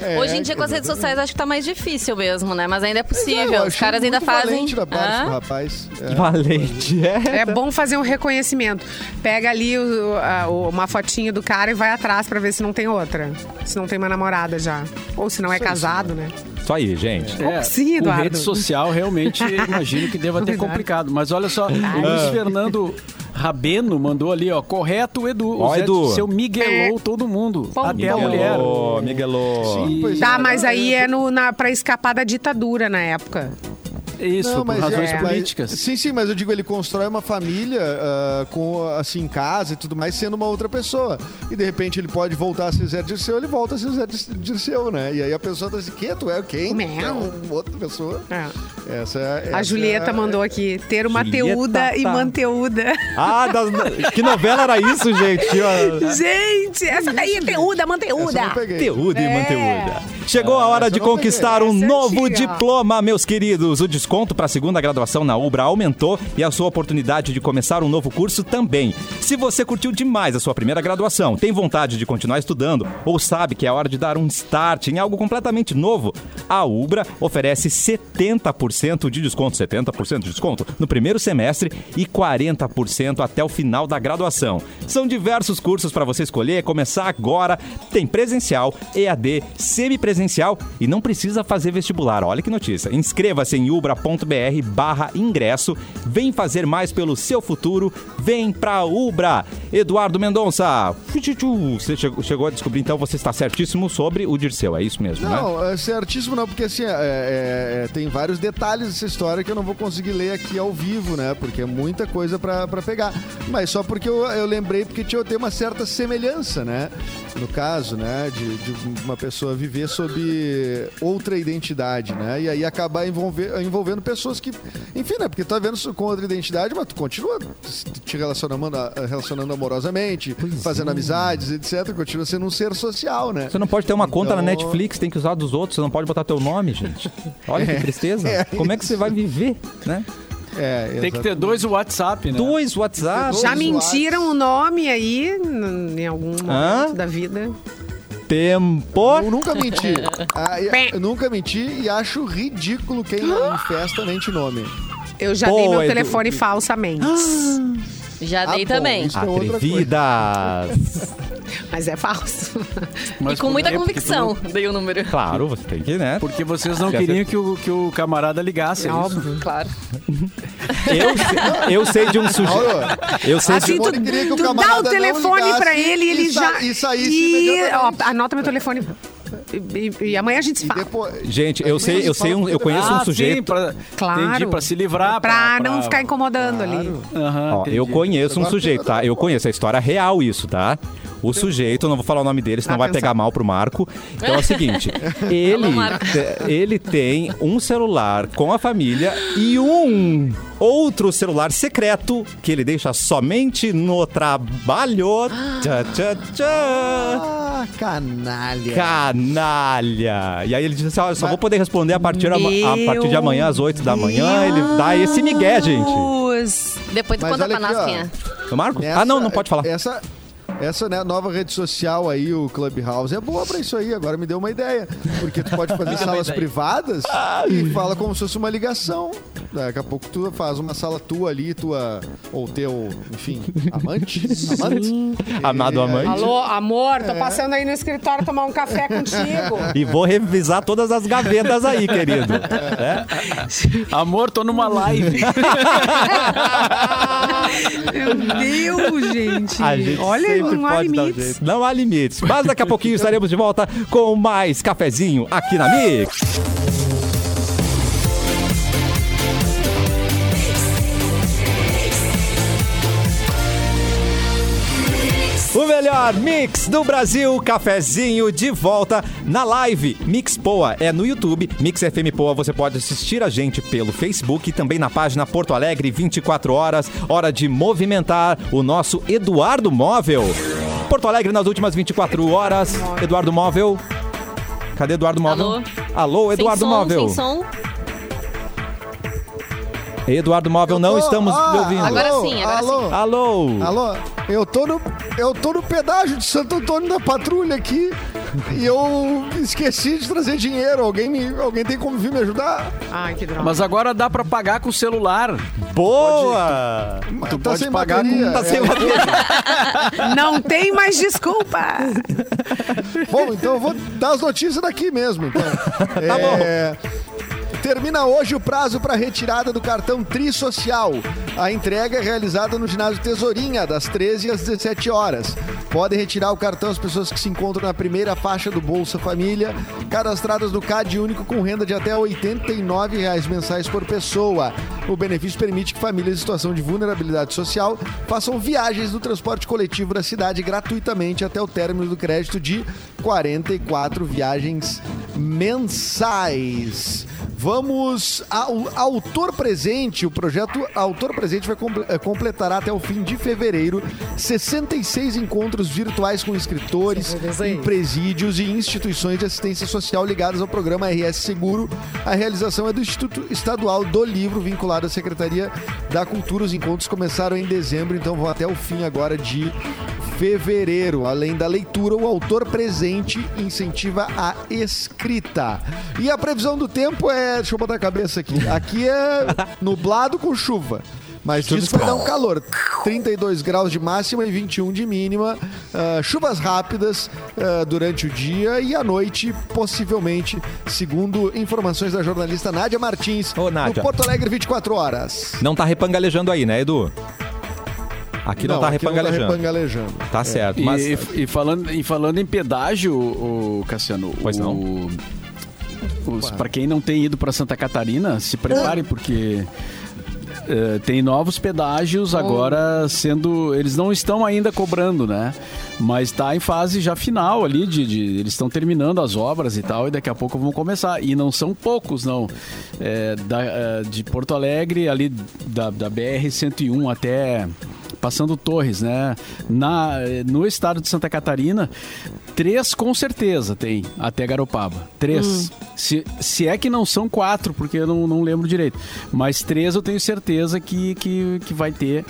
[SPEAKER 5] É,
[SPEAKER 4] Hoje em dia, com as redes
[SPEAKER 5] exatamente.
[SPEAKER 4] sociais, acho que tá mais difícil mesmo, né? Mas ainda é
[SPEAKER 5] É, eu
[SPEAKER 4] possível. Os
[SPEAKER 5] achei
[SPEAKER 4] caras ainda
[SPEAKER 5] muito
[SPEAKER 4] fazem.
[SPEAKER 5] valente da parte
[SPEAKER 4] Hã?
[SPEAKER 5] do rapaz. É.
[SPEAKER 1] Valente, é.
[SPEAKER 2] É bom fazer um reconhecimento. Pega ali o- a- o- uma fotinha do cara e vai atrás pra ver se não tem outra. Se não tem uma namorada já. Ou se não é casado, né?
[SPEAKER 1] Isso aí, gente.
[SPEAKER 3] É,
[SPEAKER 2] Sim,
[SPEAKER 3] com
[SPEAKER 2] Eduardo.
[SPEAKER 3] rede
[SPEAKER 2] (laughs)
[SPEAKER 3] social, realmente, imagino que deva ter
[SPEAKER 2] Cuidado.
[SPEAKER 3] complicado. Mas olha só, o Luiz Fernando Rabeno mandou ali, ó, correto, Edu.
[SPEAKER 1] Ó,
[SPEAKER 3] o Zé
[SPEAKER 1] Edu.
[SPEAKER 3] Seu Miguelou todo mundo,
[SPEAKER 2] É. Bom,
[SPEAKER 3] até É a
[SPEAKER 2] Miguelou.
[SPEAKER 3] mulher.
[SPEAKER 1] Miguelô, Miguelô.
[SPEAKER 5] Sim, pois
[SPEAKER 2] Tá,
[SPEAKER 5] é.
[SPEAKER 2] mas aí é no, na, pra escapar da ditadura na época.
[SPEAKER 3] Isso,
[SPEAKER 5] Não,
[SPEAKER 3] por
[SPEAKER 5] mas
[SPEAKER 3] razões
[SPEAKER 2] é.
[SPEAKER 3] políticas.
[SPEAKER 5] Sim, sim, mas eu digo, ele constrói uma família ah, com, assim, em casa e tudo mais, sendo uma outra pessoa. E de repente ele pode voltar a ser Zé Dirceu, ele volta a ser Zé Dir- Dirceu, né? E aí a pessoa tá assim, que tu é quem?
[SPEAKER 2] Meu.
[SPEAKER 5] É um- outra pessoa.
[SPEAKER 2] É.
[SPEAKER 5] Essa, essa
[SPEAKER 2] A Julieta
[SPEAKER 5] é-
[SPEAKER 2] mandou aqui ter uma
[SPEAKER 1] Julieta,
[SPEAKER 2] teuda e
[SPEAKER 1] tá.
[SPEAKER 2] manteuda.
[SPEAKER 1] Ah, das- que novela era isso, gente? Ó,
[SPEAKER 2] Gente, essa daí é teuda,
[SPEAKER 5] Essa
[SPEAKER 2] manteuda.
[SPEAKER 5] eu não peguei.
[SPEAKER 1] Conteúdo e
[SPEAKER 2] É. Ah,
[SPEAKER 1] manteúda. Chegou a hora
[SPEAKER 5] essa
[SPEAKER 1] de
[SPEAKER 5] eu não
[SPEAKER 1] conquistar
[SPEAKER 2] peguei.
[SPEAKER 1] um
[SPEAKER 2] Essa é
[SPEAKER 1] novo
[SPEAKER 2] antiga.
[SPEAKER 1] diploma, meus queridos. O desconto para a segunda graduação na Ubra aumentou e a sua oportunidade de começar um novo curso também. Se você curtiu demais a sua primeira graduação, tem vontade de continuar estudando ou sabe que é hora de dar um start em algo completamente novo, a Ubra oferece 70% de desconto, 70% de desconto no primeiro semestre e 40% até o final da graduação. São diversos cursos para você escolher, começar agora. Tem presencial, EAD, semipresencial e não precisa fazer vestibular. Olha que notícia. Inscreva-se em ubra.br barra ingresso. Vem fazer mais pelo seu futuro. Vem pra Ubra. Eduardo Mendonça, você chegou- chegou a descobrir, então você está certíssimo sobre o Dirceu. É isso mesmo, né?
[SPEAKER 5] Não, é certíssimo não, porque assim, é- é- é- tem vários detalhes dessa história que eu não vou conseguir ler aqui ao vivo, né? Porque é muita coisa pra, pra pegar. Mas só porque eu, eu lembrei, porque tinha, tem uma certa semelhança, né? No caso, né? De, de uma pessoa viver sob outra identidade, né? E aí acabar envolver- envolvendo pessoas que... Enfim, né? Porque tá vendo isso com outra identidade, mas tu continua te relacionando, relacionando amorosamente,
[SPEAKER 3] é.
[SPEAKER 5] fazendo amizades, etc. Continua sendo um ser social, né?
[SPEAKER 1] Você não pode ter uma conta na
[SPEAKER 5] Então-
[SPEAKER 1] Netflix, tem que usar dos outros, você não pode botar teu nome, gente. Olha que tristeza.
[SPEAKER 5] (laughs) é
[SPEAKER 1] Como é que você vai viver, né?
[SPEAKER 5] É,
[SPEAKER 3] Tem que ter
[SPEAKER 5] exatamente.
[SPEAKER 3] dois WhatsApp, né?
[SPEAKER 5] É.
[SPEAKER 1] Dois WhatsApp.
[SPEAKER 5] Dois
[SPEAKER 2] Já
[SPEAKER 5] usuários.
[SPEAKER 2] mentiram o nome aí n- em algum momento
[SPEAKER 1] Hã?
[SPEAKER 2] da vida?
[SPEAKER 1] Tempo.
[SPEAKER 5] Eu nunca menti.
[SPEAKER 4] (laughs)
[SPEAKER 5] Ah, e-
[SPEAKER 2] Bem.
[SPEAKER 5] eu nunca menti e acho ridículo
[SPEAKER 4] (gasps)
[SPEAKER 5] quem em festa mente nome.
[SPEAKER 2] Eu já
[SPEAKER 1] Pô,
[SPEAKER 2] dei meu
[SPEAKER 1] Edu.
[SPEAKER 2] telefone falsamente.
[SPEAKER 4] Já
[SPEAKER 5] Ah,
[SPEAKER 4] dei
[SPEAKER 5] bom,
[SPEAKER 4] também.
[SPEAKER 5] isso é outra coisa.
[SPEAKER 1] Atrevidas.
[SPEAKER 2] mas
[SPEAKER 1] (laughs)
[SPEAKER 2] é falso.
[SPEAKER 3] Mas
[SPEAKER 4] e com
[SPEAKER 3] por
[SPEAKER 5] é
[SPEAKER 4] muita
[SPEAKER 3] quê? Porque tu não-
[SPEAKER 4] convicção dei o número.
[SPEAKER 1] Claro, você tem que, né?
[SPEAKER 3] Porque vocês não
[SPEAKER 1] Já
[SPEAKER 3] queriam que o, que o camarada ligasse. é isso?
[SPEAKER 4] Claro.
[SPEAKER 1] Eu, se- eu sei de um sujeito.
[SPEAKER 5] Olha,
[SPEAKER 1] Eu sei de
[SPEAKER 2] Assim,
[SPEAKER 1] um.
[SPEAKER 2] tu,
[SPEAKER 5] Simone queria que o
[SPEAKER 2] tu dá o
[SPEAKER 5] camarada não
[SPEAKER 2] telefone
[SPEAKER 5] ligasse
[SPEAKER 2] pra ele e ele
[SPEAKER 5] e sa-
[SPEAKER 2] já.
[SPEAKER 5] e saísse
[SPEAKER 2] ó,
[SPEAKER 5] imediatamente.
[SPEAKER 2] anota meu telefone. E, e- e amanhã a gente se
[SPEAKER 5] E
[SPEAKER 2] fala.
[SPEAKER 5] depois-
[SPEAKER 1] (laughs) Gente, eu sei, eu sei um, eu conheço
[SPEAKER 3] Ah,
[SPEAKER 1] um
[SPEAKER 3] sim,
[SPEAKER 1] sujeito.
[SPEAKER 3] pra-
[SPEAKER 2] Claro.
[SPEAKER 3] Entendi, pra se livrar.
[SPEAKER 2] Pra não ficar incomodando ali.
[SPEAKER 3] Aham,
[SPEAKER 1] Ó, eu
[SPEAKER 3] entendi.
[SPEAKER 1] conheço um sujeito, tá? Eu conheço, é história real isso, tá? O sujeito, eu não vou falar o nome dele, senão vai
[SPEAKER 2] Atenção.
[SPEAKER 1] pegar mal pro Marco. Então é o seguinte, ele,
[SPEAKER 4] Alô, Marco.
[SPEAKER 1] te- ele tem um celular com a família e um outro celular secreto que ele deixa somente no trabalho. Tchá, tchá, tchá.
[SPEAKER 5] Ah, canalha.
[SPEAKER 1] Canalha! E aí ele disse assim: olha, só vou poder responder a partir, a, a partir de
[SPEAKER 2] Meu
[SPEAKER 1] amanhã, às 8 da manhã. Ele dá esse migué, gente.
[SPEAKER 2] Deus.
[SPEAKER 4] Depois tu
[SPEAKER 5] Mas
[SPEAKER 4] conta
[SPEAKER 5] olha
[SPEAKER 4] pra nós
[SPEAKER 5] aqui,
[SPEAKER 4] quem
[SPEAKER 5] ó.
[SPEAKER 4] é.
[SPEAKER 1] Marco?
[SPEAKER 5] Nessa-
[SPEAKER 1] ah, não, não pode falar.
[SPEAKER 2] é
[SPEAKER 5] Essa, essa né, nova rede social aí, o Clubhouse, é boa pra isso aí. Agora me deu uma ideia. Porque tu
[SPEAKER 1] (laughs)
[SPEAKER 5] pode fazer salas privadas
[SPEAKER 1] Ah,
[SPEAKER 5] e fala como se fosse uma ligação. Daqui a pouco tu faz uma sala tua ali, tua. Ou teu,
[SPEAKER 1] (laughs)
[SPEAKER 5] enfim, amante. amante.
[SPEAKER 1] (laughs) Amado
[SPEAKER 5] E aí-
[SPEAKER 1] amante.
[SPEAKER 2] Alô, amor, tô passando aí no escritório tomar um (laughs) café contigo.
[SPEAKER 1] E vou revisar todas as gavetas aí, querido. É?
[SPEAKER 3] Amor, tô numa live.
[SPEAKER 2] Meu Deus, gente.
[SPEAKER 1] A gente
[SPEAKER 2] Olha,
[SPEAKER 1] sempre
[SPEAKER 2] não há
[SPEAKER 1] pode dar um
[SPEAKER 2] limites.
[SPEAKER 1] jeito. Não há limites. Mas daqui a pouquinho estaremos de volta com mais cafezinho aqui na Mix. O melhor mix do Brasil, cafezinho de volta na live. Mix Poa é no YouTube, Mix FM Poa. Você pode assistir a gente pelo Facebook e também na página Porto Alegre 24 horas. Hora de movimentar o nosso Eduardo Móvel. Porto Alegre nas últimas 24 horas. Eduardo Móvel. Cadê Eduardo Móvel?
[SPEAKER 4] Alô?
[SPEAKER 1] Alô, Eduardo
[SPEAKER 4] sem som,
[SPEAKER 1] Móvel.
[SPEAKER 4] Sem
[SPEAKER 5] (laughs)
[SPEAKER 4] som.
[SPEAKER 1] Eduardo Móvel, não
[SPEAKER 5] Ô,
[SPEAKER 1] estamos
[SPEAKER 5] ah,
[SPEAKER 1] me ouvindo.
[SPEAKER 4] Agora sim, agora
[SPEAKER 5] alô,
[SPEAKER 1] Alô.
[SPEAKER 5] Alô, eu tô no eu tô no pedágio de Santo Antônio da Patrulha aqui e eu esqueci de trazer dinheiro. Alguém me, alguém tem como vir me ajudar?
[SPEAKER 2] Ai, que droga.
[SPEAKER 3] Mas agora dá pra pagar com o celular.
[SPEAKER 1] Boa!
[SPEAKER 5] Tu
[SPEAKER 3] pode pagar com-
[SPEAKER 1] Tá sem
[SPEAKER 5] É,
[SPEAKER 1] bateria.
[SPEAKER 2] Não tem mais desculpa.
[SPEAKER 1] (laughs)
[SPEAKER 5] Bom, então eu vou dar as notícias daqui mesmo. Então.
[SPEAKER 1] Tá bom.
[SPEAKER 5] É, Termina hoje o prazo para retirada do cartão Trisocial. A entrega é realizada no ginásio Tesourinha, das 13 às 17 horas. Podem retirar o cartão as pessoas que se encontram na primeira faixa do Bolsa Família, cadastradas no CAD único com renda de até R$ 89 reais mensais por pessoa. O benefício permite que famílias em situação de vulnerabilidade social façam viagens no transporte coletivo da cidade gratuitamente até o término do crédito de 44 viagens mensais. Vamos ao autor presente. O projeto Autor Presente vai comple- eh, completar até o fim de fevereiro 66 encontros virtuais com escritores, em presídios e instituições de assistência social ligadas ao programa RS Seguro. A realização é do Instituto Estadual do Livro, vinculado à Secretaria da Cultura. Os encontros começaram em dezembro, então vão até o fim agora de fevereiro. Além da leitura, o autor presente incentiva a escrita. E a previsão do tempo é. Deixa eu botar a cabeça aqui.
[SPEAKER 1] (laughs)
[SPEAKER 5] Aqui é nublado com chuva. Mas diz que vai dar um calor. 32 graus de máxima e 21 de mínima. Ah, chuvas rápidas ah, durante o dia e à noite, possivelmente, segundo informações da jornalista Nádia Martins,
[SPEAKER 1] Ô, Nádia.
[SPEAKER 5] no Porto Alegre 24 horas.
[SPEAKER 1] Não tá repangalejando aí, né, Edu? Aqui não, tá
[SPEAKER 5] aqui
[SPEAKER 1] repangalejando.
[SPEAKER 5] Não tá repangalejando.
[SPEAKER 1] Tá certo,
[SPEAKER 3] E,
[SPEAKER 1] mas
[SPEAKER 3] e- e falando, e falando em pedágio, o Cassiano.
[SPEAKER 1] Pois
[SPEAKER 3] o-
[SPEAKER 1] não.
[SPEAKER 3] os- Pra quem não tem ido pra Santa Catarina, se prepare, porque. eh, tem novos pedágios agora sendo. Eles não estão ainda cobrando, né? Mas tá em fase já final ali, de, de- eles estão terminando as obras e tal, e daqui a pouco vão começar. E não são poucos, não. Eh, da- eh, de Porto Alegre, ali da, da BR-101 até passando Torres, né? Na, no estado de Santa Catarina, três com certeza tem, até Garopaba.
[SPEAKER 5] Hum.
[SPEAKER 3] Três. Se, se é que não são quatro, porque eu não, não lembro direito. Mas três eu tenho certeza que, que, que vai ter,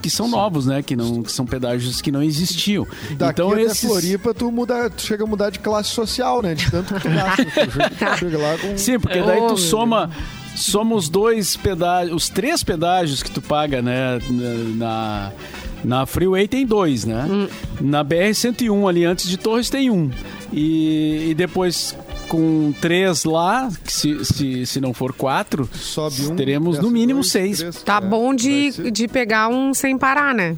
[SPEAKER 3] que são novos, né? Que, não, que são pedágios que não existiam.
[SPEAKER 5] Daqui
[SPEAKER 3] então
[SPEAKER 5] até
[SPEAKER 3] esses...
[SPEAKER 5] Floripa, tu, muda, tu chega a mudar de classe social, né? De tanto que tu
[SPEAKER 4] (laughs)
[SPEAKER 5] gasta. tu chega- tu chega lá com...
[SPEAKER 3] Sim, porque daí
[SPEAKER 2] Oh, meu
[SPEAKER 3] tu soma, soma os dois pedágios, os três pedágios que tu paga, né? Na, na Freeway tem dois, né?
[SPEAKER 2] Hum.
[SPEAKER 3] Na BR-101, ali antes de Torres, tem um. E, e depois com três lá, que se, se, se não for quatro,
[SPEAKER 5] Sobe um.
[SPEAKER 3] teremos no
[SPEAKER 5] desce
[SPEAKER 3] mínimo
[SPEAKER 5] dois,
[SPEAKER 3] seis.
[SPEAKER 5] três,
[SPEAKER 2] Tá
[SPEAKER 5] é,
[SPEAKER 2] bom
[SPEAKER 5] vai
[SPEAKER 2] de,
[SPEAKER 5] ser-
[SPEAKER 2] de pegar um sem parar, né?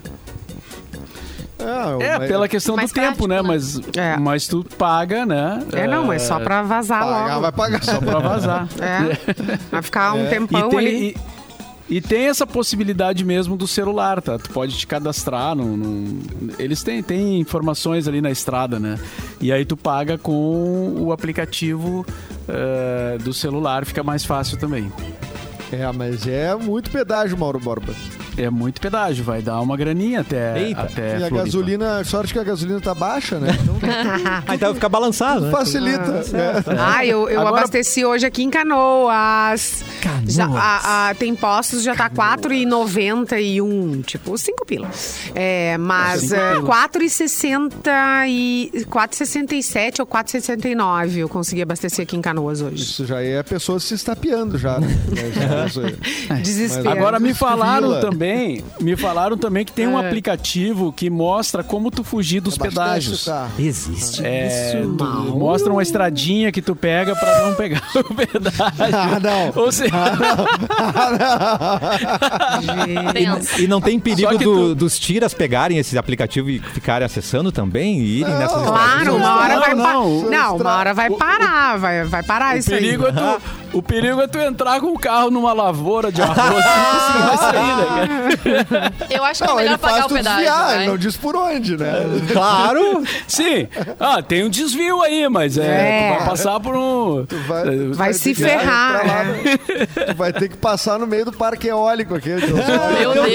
[SPEAKER 5] Ah,
[SPEAKER 3] É,
[SPEAKER 4] Tá
[SPEAKER 5] mas-
[SPEAKER 3] pela questão
[SPEAKER 7] Mais
[SPEAKER 3] do tempo,
[SPEAKER 7] prático,
[SPEAKER 3] né?
[SPEAKER 7] né?
[SPEAKER 3] Mas,
[SPEAKER 2] É.
[SPEAKER 3] mas tu paga, né?
[SPEAKER 2] É, não, mas só pra vazar
[SPEAKER 5] Pagar,
[SPEAKER 2] logo.
[SPEAKER 5] vai pagar.
[SPEAKER 3] Só
[SPEAKER 2] (laughs)
[SPEAKER 3] pra vazar.
[SPEAKER 2] É. Vai ficar um tempão
[SPEAKER 3] e tem,
[SPEAKER 2] ali.
[SPEAKER 3] e- e tem essa possibilidade mesmo do celular, tá? Tu pode te cadastrar. num- num- Eles têm, têm informações ali na estrada, né? E aí tu paga com o aplicativo eh, do celular, fica mais fácil também.
[SPEAKER 5] (laughs) É, mas é muito pedágio, Mauro Borba.
[SPEAKER 3] É muito pedágio, vai dar uma graninha até.
[SPEAKER 1] Eita.
[SPEAKER 3] até
[SPEAKER 5] e a
[SPEAKER 3] É, Floripa.
[SPEAKER 5] gasolina, sorte que a gasolina tá baixa, né?
[SPEAKER 4] (laughs)
[SPEAKER 1] Ah, então vai ficar balançado,
[SPEAKER 5] Então
[SPEAKER 4] Tá
[SPEAKER 1] né?
[SPEAKER 5] facilita. né?
[SPEAKER 2] Ah, eu, eu
[SPEAKER 3] É. Agora-
[SPEAKER 2] abasteci hoje aqui em Canoas. Já, a, a- tem postos, já tá 4,91, tipo 5 pila. É, mas
[SPEAKER 3] Cinco
[SPEAKER 2] é,
[SPEAKER 3] pila.
[SPEAKER 2] 4,60 e 4,67 ou 4,69 eu consegui abastecer aqui em Canoas hoje.
[SPEAKER 5] Isso já é a pessoa se estapeando já. né?
[SPEAKER 3] (laughs)
[SPEAKER 5] Já isso aí. é
[SPEAKER 2] Desespero.
[SPEAKER 3] É. Agora me falaram
[SPEAKER 5] Fila.
[SPEAKER 3] também, me falaram também que tem
[SPEAKER 5] É.
[SPEAKER 3] um aplicativo que mostra como tu fugir dos
[SPEAKER 5] Abastece
[SPEAKER 3] pedágios.
[SPEAKER 5] o carro.
[SPEAKER 1] Existe.
[SPEAKER 3] É, tu mostra uma estradinha que tu pega pra não pegar (laughs) o pedágio.
[SPEAKER 5] (laughs) Ah, não. Ah,
[SPEAKER 3] Ou seja, um
[SPEAKER 4] Pensa.
[SPEAKER 1] E não tem perigo
[SPEAKER 3] Só que
[SPEAKER 1] do-
[SPEAKER 3] tu-
[SPEAKER 1] dos tiras pegarem esse aplicativo e ficarem acessando também e irem nessas
[SPEAKER 2] Claro, uma hora vai
[SPEAKER 3] Não,
[SPEAKER 2] parar.
[SPEAKER 3] não,
[SPEAKER 2] Não,
[SPEAKER 3] o
[SPEAKER 2] uma hora vai
[SPEAKER 3] o-
[SPEAKER 2] parar, vai, vai parar
[SPEAKER 3] o
[SPEAKER 2] isso aí.
[SPEAKER 3] perigo, é tu, o perigo é tu entrar com o carro numa lavoura de arroz. assim, vai sair, né, cara?
[SPEAKER 4] Eu acho que é
[SPEAKER 5] Não, ele
[SPEAKER 4] melhor
[SPEAKER 5] faz
[SPEAKER 4] pagar o
[SPEAKER 5] tu
[SPEAKER 4] pedágio.
[SPEAKER 5] desviar,
[SPEAKER 4] né? É.
[SPEAKER 5] ele não diz por onde, né?
[SPEAKER 1] Claro!
[SPEAKER 3] Sim, ah, tem um desvio aí, mas é,
[SPEAKER 2] É.
[SPEAKER 3] tu vai passar por um.
[SPEAKER 5] Vai,
[SPEAKER 2] Vai se
[SPEAKER 5] ter que entrar
[SPEAKER 2] ferrar,
[SPEAKER 5] lá,
[SPEAKER 2] né?
[SPEAKER 5] né? Tu vai ter que passar no meio do parque eólico aqui.
[SPEAKER 2] (laughs)
[SPEAKER 5] então, só-
[SPEAKER 4] Meu Deus.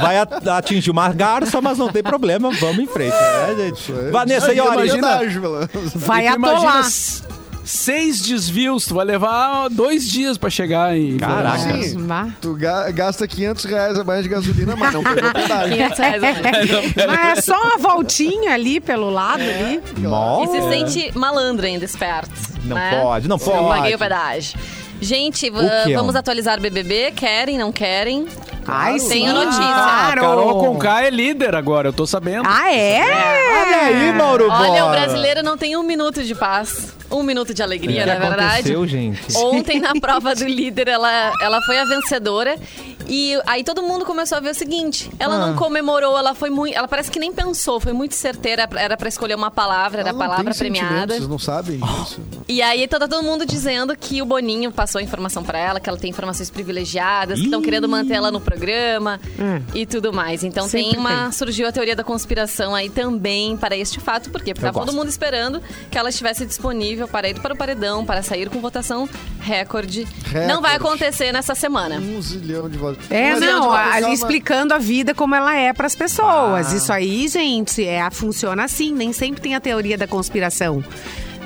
[SPEAKER 1] Vai at- atingir uma garça, mas não tem problema, vamos em frente, né, gente? Vanessa
[SPEAKER 5] É, Isso é
[SPEAKER 1] Iori,
[SPEAKER 5] pedágio, pelo menos.
[SPEAKER 2] Vai
[SPEAKER 3] tu imagina
[SPEAKER 2] atolar.
[SPEAKER 3] s- seis desvios, tu vai levar dois dias pra chegar em.
[SPEAKER 1] Caraca.
[SPEAKER 5] Sim,
[SPEAKER 2] Vá.
[SPEAKER 5] tu ga- gasta 500 reais a mais de gasolina, mas não pegou pedágio.
[SPEAKER 4] 500
[SPEAKER 5] (laughs)
[SPEAKER 4] reais a mais.
[SPEAKER 2] (laughs) Mas é só uma voltinha ali pelo lado
[SPEAKER 5] É.
[SPEAKER 2] ali.
[SPEAKER 4] E se
[SPEAKER 1] Nossa,
[SPEAKER 4] sente malandro ainda, esperto.
[SPEAKER 1] Não
[SPEAKER 4] né?
[SPEAKER 1] pode, não
[SPEAKER 4] Eu
[SPEAKER 1] pode.
[SPEAKER 4] paguei o pedágio. Gente, v-
[SPEAKER 1] que é
[SPEAKER 4] vamos
[SPEAKER 1] um-
[SPEAKER 4] atualizar o BBB? Querem, não querem?
[SPEAKER 2] Ai, sim.
[SPEAKER 4] Tenho notícia.
[SPEAKER 3] Ah,
[SPEAKER 2] Claro.
[SPEAKER 3] Carol Conká é líder agora, eu tô sabendo.
[SPEAKER 2] Ah, é?
[SPEAKER 5] Olha aí, Mauro
[SPEAKER 4] Olha, o
[SPEAKER 5] Borba.
[SPEAKER 4] brasileiro não tem um minuto de paz. Um minuto de alegria,
[SPEAKER 1] O que
[SPEAKER 4] na verdade.
[SPEAKER 1] aconteceu, gente?
[SPEAKER 4] Ontem, na prova do líder, ela, ela foi a vencedora. E aí todo mundo começou a ver o seguinte: ela não comemorou, ela foi muito. Ela parece que nem pensou, foi muito certeira. Era pra escolher uma palavra, era é
[SPEAKER 5] Ela
[SPEAKER 4] a
[SPEAKER 5] não
[SPEAKER 4] palavra
[SPEAKER 5] tem sentimentos,
[SPEAKER 4] premiada.
[SPEAKER 5] Vocês não sabem disso.
[SPEAKER 4] E aí tá todo mundo dizendo que o Boninho passou a informação pra ela, que ela tem informações privilegiadas, que estão querendo manter ela no programa e tudo mais. Então tem
[SPEAKER 2] Sempre
[SPEAKER 4] uma
[SPEAKER 2] tem.
[SPEAKER 4] surgiu a teoria da conspiração aí também para este fato, por quê? Porque tava todo mundo esperando que ela estivesse disponível para ir para o paredão, para sair com votação recorde. Não vai
[SPEAKER 5] Recorde.
[SPEAKER 4] acontecer nessa semana.
[SPEAKER 5] Um zilhão de vozes.
[SPEAKER 2] É,
[SPEAKER 5] Mas eu
[SPEAKER 2] não,
[SPEAKER 5] vou
[SPEAKER 2] a-
[SPEAKER 5] avisar
[SPEAKER 2] ali
[SPEAKER 5] uma- Ah.
[SPEAKER 2] explicando a vida como ela é pras pessoas. Isso aí, gente, é, funciona assim. Nem sempre tem a teoria da conspiração,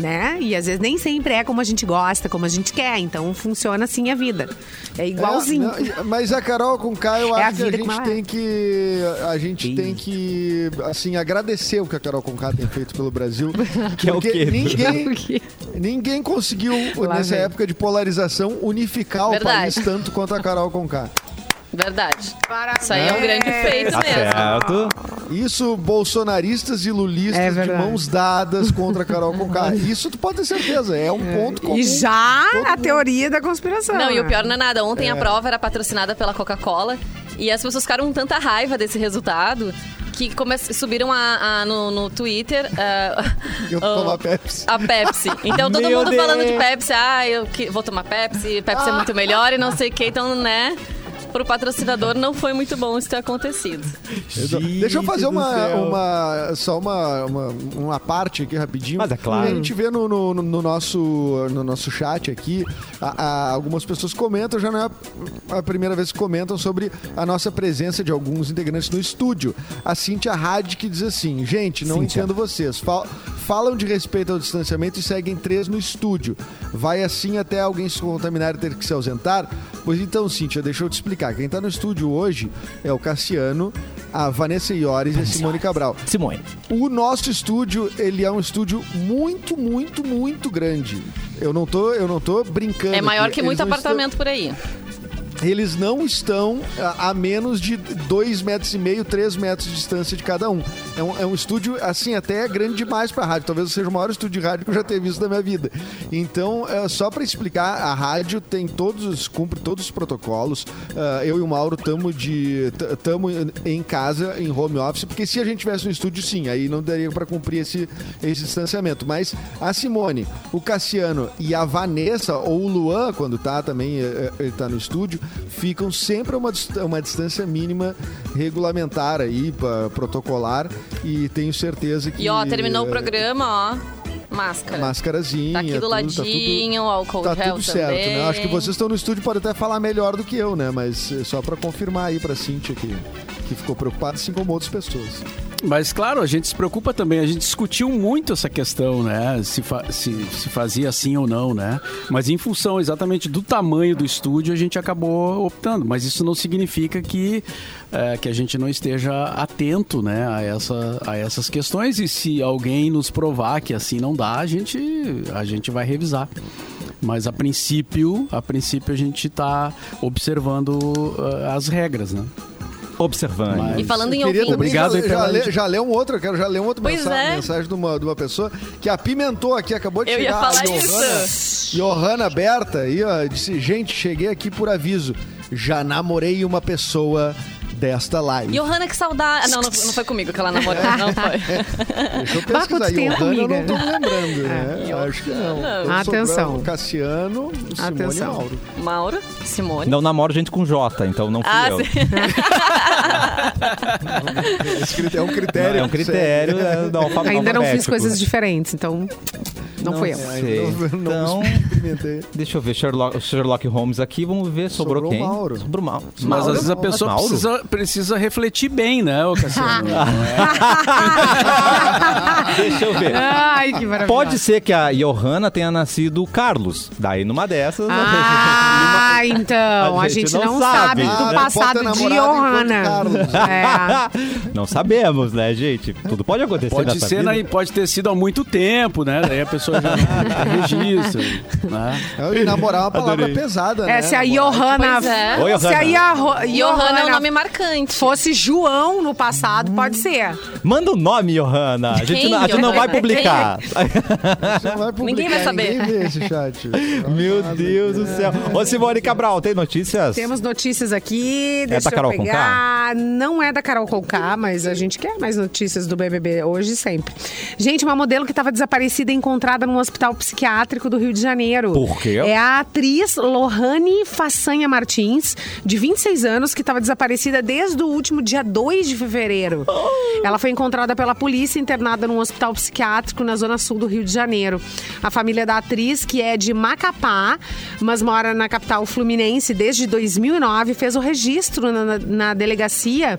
[SPEAKER 2] né? E às vezes nem sempre é como a gente gosta, como a gente quer. Então funciona assim a vida. É
[SPEAKER 5] É,
[SPEAKER 2] igualzinho.
[SPEAKER 5] não, mas a Carol com K, eu
[SPEAKER 2] É a
[SPEAKER 5] acho que a
[SPEAKER 2] vida
[SPEAKER 5] gente
[SPEAKER 2] como ela
[SPEAKER 5] tem
[SPEAKER 2] é.
[SPEAKER 5] que. A gente tem que, assim, agradecer o que a Carol com K tem feito pelo Brasil.
[SPEAKER 1] (laughs) Que é o
[SPEAKER 5] porque
[SPEAKER 1] quê?
[SPEAKER 2] (laughs)
[SPEAKER 5] Ninguém, ninguém conseguiu,
[SPEAKER 2] Lá
[SPEAKER 5] nessa
[SPEAKER 2] vem.
[SPEAKER 5] época de polarização, unificar
[SPEAKER 4] Verdade.
[SPEAKER 5] o país tanto quanto a Carol com K.
[SPEAKER 4] Verdade. Isso aí é um grande feito
[SPEAKER 1] Tá
[SPEAKER 4] mesmo.
[SPEAKER 1] certo.
[SPEAKER 5] Isso, bolsonaristas e lulistas
[SPEAKER 2] É
[SPEAKER 5] de
[SPEAKER 2] verdade.
[SPEAKER 5] mãos dadas contra a Carol
[SPEAKER 2] (laughs)
[SPEAKER 5] com K. Isso tu pode ter certeza, é um ponto comum.
[SPEAKER 2] E já
[SPEAKER 5] Todo
[SPEAKER 2] a
[SPEAKER 5] mundo.
[SPEAKER 2] teoria da conspiração.
[SPEAKER 4] Não, e o
[SPEAKER 2] né?
[SPEAKER 4] pior não é nada. Ontem a prova era patrocinada pela Coca-Cola e as pessoas ficaram com tanta raiva desse resultado que come- subiram a- a- no, no Twitter ah,
[SPEAKER 5] (laughs) Eu vou
[SPEAKER 2] Oh.
[SPEAKER 5] tomar Pepsi.
[SPEAKER 4] a Pepsi. Então todo
[SPEAKER 1] Meu
[SPEAKER 4] mundo
[SPEAKER 1] Deus.
[SPEAKER 4] falando de Pepsi. Ah, eu que- vou tomar Pepsi, Pepsi é muito melhor e não sei o que. Então, né, pro patrocinador não foi muito bom isso ter acontecido.
[SPEAKER 5] Então,
[SPEAKER 1] Gente
[SPEAKER 5] Deixa eu fazer
[SPEAKER 1] do
[SPEAKER 5] uma,
[SPEAKER 1] céu.
[SPEAKER 5] uma só uma, uma, uma parte aqui rapidinho.
[SPEAKER 1] Mas é claro.
[SPEAKER 5] A gente vê no, no, no nosso, no nosso chat aqui, a- a- algumas pessoas comentam, já não é a, a primeira vez que comentam sobre a nossa presença de alguns integrantes no estúdio. A Cintia Had que diz assim, gente, não
[SPEAKER 1] Cíntia.
[SPEAKER 5] entendo vocês. Fal- falam de respeito ao distanciamento e seguem três no estúdio. Vai assim até alguém se contaminar e ter que se ausentar? Pois então, Cíntia, deixa eu te explicar. Quem tá no estúdio hoje é o Cassiano, a Vanessa Iores e a Simone Cabral.
[SPEAKER 1] Simone.
[SPEAKER 5] O nosso estúdio, ele é um estúdio muito, muito, muito grande. Eu não tô, eu não tô brincando.
[SPEAKER 4] É maior
[SPEAKER 5] aqui.
[SPEAKER 4] que
[SPEAKER 5] Eles
[SPEAKER 4] muito
[SPEAKER 5] não
[SPEAKER 4] apartamento por aí.
[SPEAKER 5] eles não estão a, a menos de 2 metros e meio, 3 metros de distância de cada um. É um, é um estúdio, assim, até grande demais para rádio. Talvez seja o maior estúdio de rádio que eu já tenha visto na minha vida. Então, é, só para explicar, a rádio tem todos, os- cumpre todos os protocolos. Ah, eu e o Mauro estamos de t- tamo em casa, em home office, porque se a gente tivesse no estúdio, sim, aí não daria para cumprir esse, esse distanciamento. Mas a Simone, o Cassiano e a Vanessa, ou o Luan, quando tá também, eh, eh, ele tá no estúdio, ficam sempre a uma, dist- uma distância mínima regulamentar aí, pra, protocolar, e tenho certeza que...
[SPEAKER 4] E ó, terminou o
[SPEAKER 5] eh,
[SPEAKER 4] programa, ó. Máscara.
[SPEAKER 5] Máscarazinha,
[SPEAKER 4] Tá aqui É. do
[SPEAKER 5] tudo, tá tudo-
[SPEAKER 4] ladinho, álcool
[SPEAKER 5] Tá
[SPEAKER 4] gel
[SPEAKER 5] tudo certo,
[SPEAKER 4] também.
[SPEAKER 5] né? Acho que vocês estão no estúdio podem até falar melhor do que eu, né? Mas eh, só pra confirmar aí pra Cintia que, que ficou preocupada, assim como outras pessoas.
[SPEAKER 3] Mas claro, a gente se preocupa também, a gente discutiu muito essa questão, né? Se, fa- se, se fazia assim ou não, né? Mas em função exatamente do tamanho do estúdio, a gente acabou optando. Mas isso não significa que, eh, que a gente não esteja atento né, a, essa, a essas questões. E se alguém nos provar que assim não dá, a gente, a gente vai revisar. Mas a princípio, a princípio a gente está observando eh, as regras, né?
[SPEAKER 1] Observando.
[SPEAKER 3] Mas-
[SPEAKER 4] E falando em
[SPEAKER 5] Eu queria
[SPEAKER 4] ouvintes.
[SPEAKER 5] também
[SPEAKER 3] Obrigado
[SPEAKER 5] já,
[SPEAKER 3] aí
[SPEAKER 5] já,
[SPEAKER 3] pela-
[SPEAKER 5] le- já leu um outro, eu quero já ler um outro
[SPEAKER 4] Pois
[SPEAKER 5] mensagem,
[SPEAKER 4] é.
[SPEAKER 5] mensagem de uma, de uma pessoa que apimentou aqui, acabou de
[SPEAKER 4] Eu ia
[SPEAKER 5] chegar.
[SPEAKER 4] falar
[SPEAKER 5] a Johanna, Johanna Berta aí, ó, disse, gente, cheguei aqui por aviso, já namorei uma pessoa desta live.
[SPEAKER 4] Johanna, que saudade. Ah, Não, não, não foi comigo que ela namorou, não foi.
[SPEAKER 5] Deixa eu
[SPEAKER 2] Bah, quanto
[SPEAKER 5] pesquisar,
[SPEAKER 2] tempo,
[SPEAKER 5] Johanna eu não
[SPEAKER 2] amiga?
[SPEAKER 5] tô me lembrando, né?
[SPEAKER 4] Johanna.
[SPEAKER 5] Acho que não. Eu
[SPEAKER 2] Atenção.
[SPEAKER 5] sou Bruno, Cassiano, Simone
[SPEAKER 2] Atenção.
[SPEAKER 5] e Mauro.
[SPEAKER 4] Mauro, Simone.
[SPEAKER 1] Não namoro gente com J, então não fui
[SPEAKER 4] Ah,
[SPEAKER 1] eu.
[SPEAKER 4] sim.
[SPEAKER 5] Esse critérios é um
[SPEAKER 1] Não,
[SPEAKER 5] critério. né?
[SPEAKER 1] é um critério é, do alfa-
[SPEAKER 2] Ainda não fiz
[SPEAKER 1] alfabético.
[SPEAKER 2] coisas diferentes, então não, foi eu.
[SPEAKER 5] Ai,
[SPEAKER 1] Sei.
[SPEAKER 5] não,
[SPEAKER 1] Então,
[SPEAKER 5] não experimentei.
[SPEAKER 1] deixa eu ver Sherlock, Sherlock Holmes aqui. Vamos ver, sobrou,
[SPEAKER 5] Sobrou
[SPEAKER 1] quem?
[SPEAKER 5] Mauro.
[SPEAKER 1] Sobrou Mauro. é
[SPEAKER 3] Mas às vezes a pessoa
[SPEAKER 1] Mauro? (laughs)
[SPEAKER 3] precisa, precisa refletir bem, né,
[SPEAKER 2] (laughs)
[SPEAKER 3] ô Cassiano?
[SPEAKER 2] Ah,
[SPEAKER 1] Deixa eu
[SPEAKER 2] É
[SPEAKER 1] ver.
[SPEAKER 2] Ai, que maravilha.
[SPEAKER 1] Pode ser que a Johanna tenha nascido Carlos. Daí numa dessas.
[SPEAKER 2] Ah, então. A gente, não, sabe,
[SPEAKER 1] Ah,
[SPEAKER 2] do
[SPEAKER 5] não
[SPEAKER 2] passado
[SPEAKER 5] pode ter
[SPEAKER 2] de
[SPEAKER 5] namorado enquanto
[SPEAKER 2] Johanna.
[SPEAKER 5] Carlos.
[SPEAKER 1] (laughs)
[SPEAKER 2] É.
[SPEAKER 1] né? não sabemos, né, gente? Tudo pode acontecer
[SPEAKER 3] Pode
[SPEAKER 2] tá
[SPEAKER 1] nessa
[SPEAKER 3] ser,
[SPEAKER 1] vida.
[SPEAKER 3] né, e pode ter sido há muito tempo, né? Daí a pessoa
[SPEAKER 2] (laughs)
[SPEAKER 3] registro. né?
[SPEAKER 5] E namorar é uma palavra
[SPEAKER 1] Adorei.
[SPEAKER 5] pesada, né?
[SPEAKER 2] É, se a
[SPEAKER 5] Namorar.
[SPEAKER 2] Johanna.
[SPEAKER 4] Pois é.
[SPEAKER 1] Oi,
[SPEAKER 2] Se a Iohanna,
[SPEAKER 4] Johanna é um nome marcante.
[SPEAKER 2] fosse João no passado, pode ser.
[SPEAKER 1] Manda o nome, Johanna. A gente,
[SPEAKER 4] Quem,
[SPEAKER 1] não, a gente não vai
[SPEAKER 4] Johanna?
[SPEAKER 1] publicar.
[SPEAKER 5] Você não vai publicar,
[SPEAKER 4] Ninguém vai saber.
[SPEAKER 5] Ninguém vê esse chat.
[SPEAKER 1] (laughs) Meu Deus do céu. Ô, Simone Cabral, tem notícias?
[SPEAKER 2] Temos notícias aqui. Deixa
[SPEAKER 1] da Carol
[SPEAKER 2] eu pegar. Não é da Carol Conká, mas a gente quer mais notícias do BBB hoje e sempre. Gente, uma modelo que estava desaparecida é encontrada num hospital psiquiátrico do Rio de Janeiro.
[SPEAKER 1] Por quê?
[SPEAKER 2] É a atriz Lohane Façanha Martins, de 26 anos, que estava desaparecida desde o último dia 2 de fevereiro. Ela foi encontrada pela polícia internada num hospital psiquiátrico na zona sul do Rio de Janeiro. A família da atriz, que é de Macapá, mas mora na capital fluminense desde 2009, fez o registro na, na- na delegacia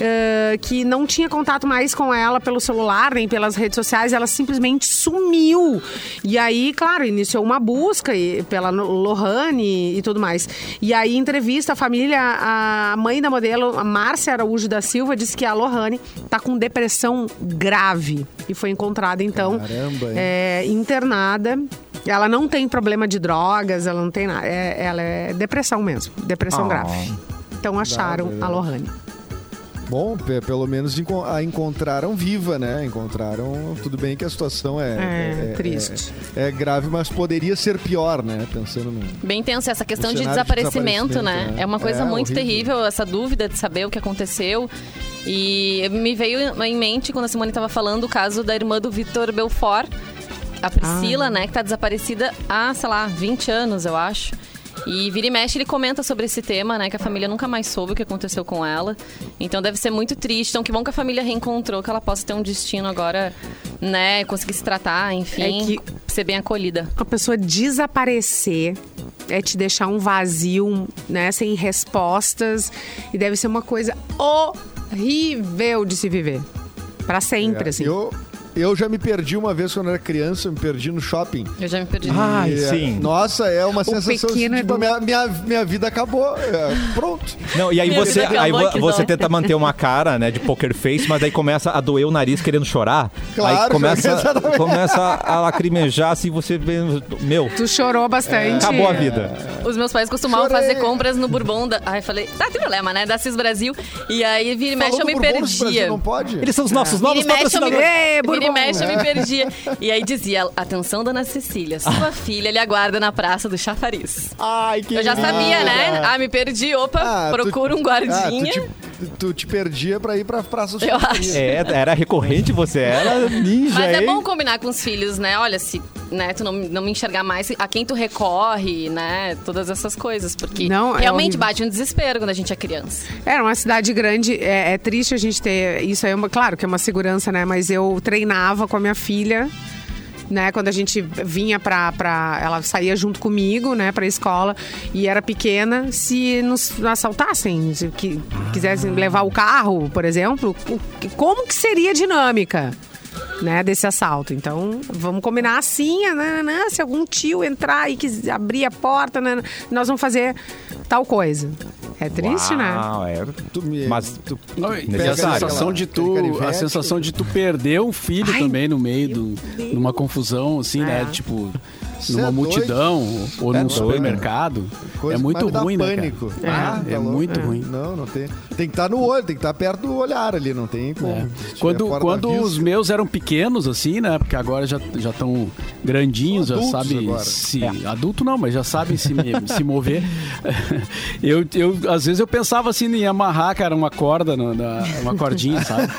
[SPEAKER 2] eh, que não tinha contato mais com ela pelo celular nem pelas redes sociais. Ela simplesmente sumiu. E aí, claro, iniciou uma busca e- pela No- Lohane e tudo mais. E aí, em entrevista, a família, a mãe da modelo, a Márcia Araújo da Silva, disse que a Lohane tá com depressão grave e foi encontrada, então,
[SPEAKER 5] Caramba, hein?
[SPEAKER 2] é, internada. Ela não tem problema de drogas, ela não tem nada. É- ela é depressão mesmo,
[SPEAKER 5] Ah.
[SPEAKER 2] depressão grave. Então acharam a Lohane.
[SPEAKER 5] Bom, pe- pelo menos enco- a encontraram viva, né? Encontraram. Tudo bem que a situação é.
[SPEAKER 2] É, triste.
[SPEAKER 5] É, é grave, mas poderia ser pior, né? Pensando no.
[SPEAKER 4] Bem tenso essa questão
[SPEAKER 5] O
[SPEAKER 4] de
[SPEAKER 5] cenário de
[SPEAKER 4] desaparecimento,
[SPEAKER 5] desaparecimento,
[SPEAKER 4] né?
[SPEAKER 5] né?
[SPEAKER 4] É uma coisa
[SPEAKER 5] É,
[SPEAKER 4] muito
[SPEAKER 5] horrível.
[SPEAKER 4] terrível, essa dúvida de saber o que aconteceu. E me veio em mente, quando a Simone estava falando, o caso da irmã do Vitor Belfort, a Priscila, né? Que tá desaparecida há, sei lá, 20 anos, eu acho. E vira e mexe, ele comenta sobre esse tema, né? Que a família nunca mais soube o que aconteceu com ela. Então deve ser muito triste. Então que bom que a família reencontrou, que ela possa ter um destino agora, né? Conseguir se tratar, enfim.
[SPEAKER 2] É que-
[SPEAKER 4] Ser bem acolhida.
[SPEAKER 2] A pessoa desaparecer é te deixar um vazio, né? Sem respostas. E deve ser uma coisa horrível de se viver. Pra sempre,
[SPEAKER 1] É,
[SPEAKER 2] assim.
[SPEAKER 5] É, Eu, eu já me perdi uma vez quando era criança, eu me perdi no shopping.
[SPEAKER 4] Eu já me perdi.
[SPEAKER 1] Ai,
[SPEAKER 5] E, é,
[SPEAKER 1] sim.
[SPEAKER 5] Nossa, é uma sensação de,
[SPEAKER 2] pequeno
[SPEAKER 5] tipo,
[SPEAKER 4] é
[SPEAKER 2] Edu.
[SPEAKER 5] minha, minha, minha vida acabou. é, pronto.
[SPEAKER 1] Não, e aí
[SPEAKER 4] Meu
[SPEAKER 1] você,
[SPEAKER 4] Deus,
[SPEAKER 1] aí
[SPEAKER 4] acabou
[SPEAKER 1] vo-
[SPEAKER 4] aqui,
[SPEAKER 1] você
[SPEAKER 4] não.
[SPEAKER 1] tenta manter uma cara, né, de poker face, mas aí começa a doer o nariz querendo chorar.
[SPEAKER 5] Claro,
[SPEAKER 1] aí começa,
[SPEAKER 5] (laughs) exatamente.
[SPEAKER 1] começa a lacrimejar, assim, você vê, meu,
[SPEAKER 2] Tu chorou bastante.
[SPEAKER 1] É. acabou a vida.
[SPEAKER 4] Os meus pais costumavam
[SPEAKER 5] Chorei.
[SPEAKER 4] fazer compras no Bourbon. Da... Ai, falei, tá, tem problema, né? Da Cis Brasil. E aí, vira e mexe,
[SPEAKER 5] Falou
[SPEAKER 4] eu
[SPEAKER 5] do
[SPEAKER 4] me tá-
[SPEAKER 5] Bourbon, esse Brasil
[SPEAKER 4] perdia.
[SPEAKER 5] Não pode?
[SPEAKER 1] Eles são os nossos
[SPEAKER 4] Ah.
[SPEAKER 1] novos
[SPEAKER 4] Vira e mexe, eu me,
[SPEAKER 1] patrocinadores.
[SPEAKER 2] Ei,
[SPEAKER 4] vira e
[SPEAKER 2] Bourbon.
[SPEAKER 4] mexe, eu
[SPEAKER 5] É.
[SPEAKER 4] me perdia. E aí dizia, atenção, dona Cecília, sua
[SPEAKER 5] Ah.
[SPEAKER 4] filha lhe aguarda na Praça do Chafariz.
[SPEAKER 1] Ai, que
[SPEAKER 4] Eu já sabia, né? Ah, me perdi, opa,
[SPEAKER 5] Ah, tu-
[SPEAKER 4] procura um guardinha.
[SPEAKER 5] Ah, tu, te, tu te perdia pra ir pra Praça do
[SPEAKER 4] Eu
[SPEAKER 5] Chapéu.
[SPEAKER 4] acho.
[SPEAKER 1] É, era recorrente você, era ninja,
[SPEAKER 4] Mas é
[SPEAKER 1] hein?
[SPEAKER 4] bom combinar com os filhos, né? Olha, se né, tu não, não me enxergar mais, a quem tu recorre, né? Todas essas coisas. Porque
[SPEAKER 2] Não, é
[SPEAKER 4] realmente
[SPEAKER 2] horrível.
[SPEAKER 4] bate um desespero quando a gente é criança.
[SPEAKER 2] Era uma cidade grande, é, é triste a gente ter. Isso aí é uma, claro que é uma segurança, né? Mas eu treinava com a minha filha. Né, quando a gente vinha pra, pra. Ela saía junto comigo, né, pra escola, e era pequena. Se nos assaltassem, se que, quisessem levar o carro, por exemplo, o que- como que seria a dinâmica né, desse assalto? Então, vamos combinar assim, ah, nananã, se algum tio entrar e quis abrir a porta, nananã, nós vamos fazer tal coisa. É triste, né?
[SPEAKER 1] Uau, é.
[SPEAKER 5] Tu me-
[SPEAKER 1] Mas
[SPEAKER 5] tu-
[SPEAKER 3] Não, e
[SPEAKER 1] Necessário.
[SPEAKER 3] a sensação de tu,
[SPEAKER 5] Aquele canivete.
[SPEAKER 3] a sensação de tu perder um filho
[SPEAKER 2] Ai,
[SPEAKER 3] também no meio do, numa confusão assim, né?
[SPEAKER 2] É.
[SPEAKER 3] Tipo
[SPEAKER 5] Cê
[SPEAKER 3] numa
[SPEAKER 5] é doido. É né?
[SPEAKER 3] multidão ou num
[SPEAKER 1] doido,
[SPEAKER 3] supermercado. é
[SPEAKER 5] Coisa que
[SPEAKER 3] muito
[SPEAKER 5] mais dá
[SPEAKER 3] ruim, né, cara?
[SPEAKER 5] pânico.
[SPEAKER 3] Ah,
[SPEAKER 5] tá
[SPEAKER 3] é
[SPEAKER 5] louco.
[SPEAKER 3] muito ruim.
[SPEAKER 5] Não, não tem. Tem que estar no olho, tem que estar perto do olhar ali, não tem como.
[SPEAKER 3] É.
[SPEAKER 5] Se tiver
[SPEAKER 3] Quando,
[SPEAKER 5] fora da
[SPEAKER 3] quando
[SPEAKER 5] vista,
[SPEAKER 3] os meus eram pequenos, assim, né? Porque agora já já estão grandinhos, já
[SPEAKER 5] Adultos
[SPEAKER 3] sabem
[SPEAKER 5] agora.
[SPEAKER 3] se.
[SPEAKER 2] É.
[SPEAKER 3] Adulto não, mas já sabem se,
[SPEAKER 5] (laughs)
[SPEAKER 3] me- se mover. Eu, eu, às vezes eu pensava assim em amarrar, cara, uma corda, na, na- uma cordinha,
[SPEAKER 5] (laughs)
[SPEAKER 3] sabe?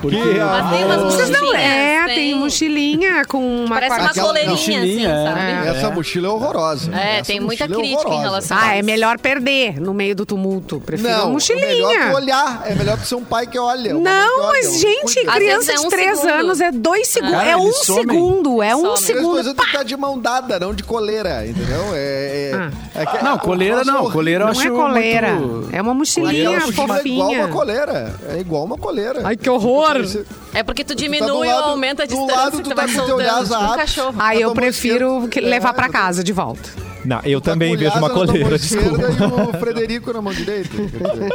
[SPEAKER 3] Porque
[SPEAKER 4] Mas tem umas
[SPEAKER 2] Vocês não é,
[SPEAKER 4] mochilinhas,
[SPEAKER 2] tem mochilinha com uma
[SPEAKER 4] Parece uma
[SPEAKER 5] Aquela-
[SPEAKER 4] coleirinha, assim,
[SPEAKER 3] Mochilinha, é.
[SPEAKER 4] sabe?
[SPEAKER 5] Essa mochila é horrorosa.
[SPEAKER 4] É,
[SPEAKER 5] Essa
[SPEAKER 4] tem muita
[SPEAKER 5] mochila é
[SPEAKER 4] crítica em
[SPEAKER 5] horrorosa.
[SPEAKER 4] relação a
[SPEAKER 2] Ah, é
[SPEAKER 4] isso.
[SPEAKER 2] melhor perder no meio do tumulto. Prefiro uma
[SPEAKER 5] Não, é melhor tu
[SPEAKER 2] mochilinha.
[SPEAKER 5] olhar. É melhor tu ser um pai que olha. uma mãe que
[SPEAKER 2] Não,
[SPEAKER 5] olha,
[SPEAKER 2] mas
[SPEAKER 5] um-
[SPEAKER 2] gente,
[SPEAKER 4] Às
[SPEAKER 2] criança
[SPEAKER 4] vezes é
[SPEAKER 2] de
[SPEAKER 4] um
[SPEAKER 2] 3
[SPEAKER 4] segundo.
[SPEAKER 2] anos é dois segundos,
[SPEAKER 3] Cara,
[SPEAKER 2] é um
[SPEAKER 3] eles somem.
[SPEAKER 2] segundo, é um
[SPEAKER 4] Somem.
[SPEAKER 5] Três coisas
[SPEAKER 2] segundo.
[SPEAKER 5] tem que estar de mão dada, não de coleira, entendeu? É, é-
[SPEAKER 2] Ah.
[SPEAKER 5] é que-
[SPEAKER 3] Não, coleira
[SPEAKER 5] o troço é
[SPEAKER 3] não.
[SPEAKER 5] horrível.
[SPEAKER 3] Coleira eu
[SPEAKER 2] Não
[SPEAKER 3] acho
[SPEAKER 2] é coleira,
[SPEAKER 3] muito-
[SPEAKER 2] é uma
[SPEAKER 5] Aquela
[SPEAKER 2] mochilinha
[SPEAKER 5] mochila É igual
[SPEAKER 2] fofinha.
[SPEAKER 5] uma coleira. É igual uma coleira.
[SPEAKER 2] Ai, que horror!
[SPEAKER 5] Você-
[SPEAKER 4] É porque tu
[SPEAKER 5] tá
[SPEAKER 4] diminui
[SPEAKER 5] do
[SPEAKER 4] ou
[SPEAKER 5] lado-
[SPEAKER 4] aumenta a
[SPEAKER 5] do
[SPEAKER 4] distância
[SPEAKER 5] lado
[SPEAKER 4] que
[SPEAKER 5] tu
[SPEAKER 4] tu
[SPEAKER 5] tá
[SPEAKER 4] vai
[SPEAKER 5] com teu
[SPEAKER 4] soltando
[SPEAKER 5] olhar
[SPEAKER 4] tipo um
[SPEAKER 5] zaado.
[SPEAKER 4] cachorro.
[SPEAKER 2] Aí
[SPEAKER 5] Tá
[SPEAKER 2] eu
[SPEAKER 5] tomando
[SPEAKER 2] prefiro
[SPEAKER 5] esquerdo.
[SPEAKER 2] que- levar
[SPEAKER 5] É,
[SPEAKER 2] pra
[SPEAKER 5] eu
[SPEAKER 2] casa de volta.
[SPEAKER 1] Não, eu também
[SPEAKER 5] Tá com
[SPEAKER 1] vejo
[SPEAKER 5] o
[SPEAKER 1] uma
[SPEAKER 5] Lhasa na mão
[SPEAKER 1] coleira,
[SPEAKER 5] esquerda
[SPEAKER 1] desculpa.
[SPEAKER 5] E o Frederico na mão direita. Quer dizer,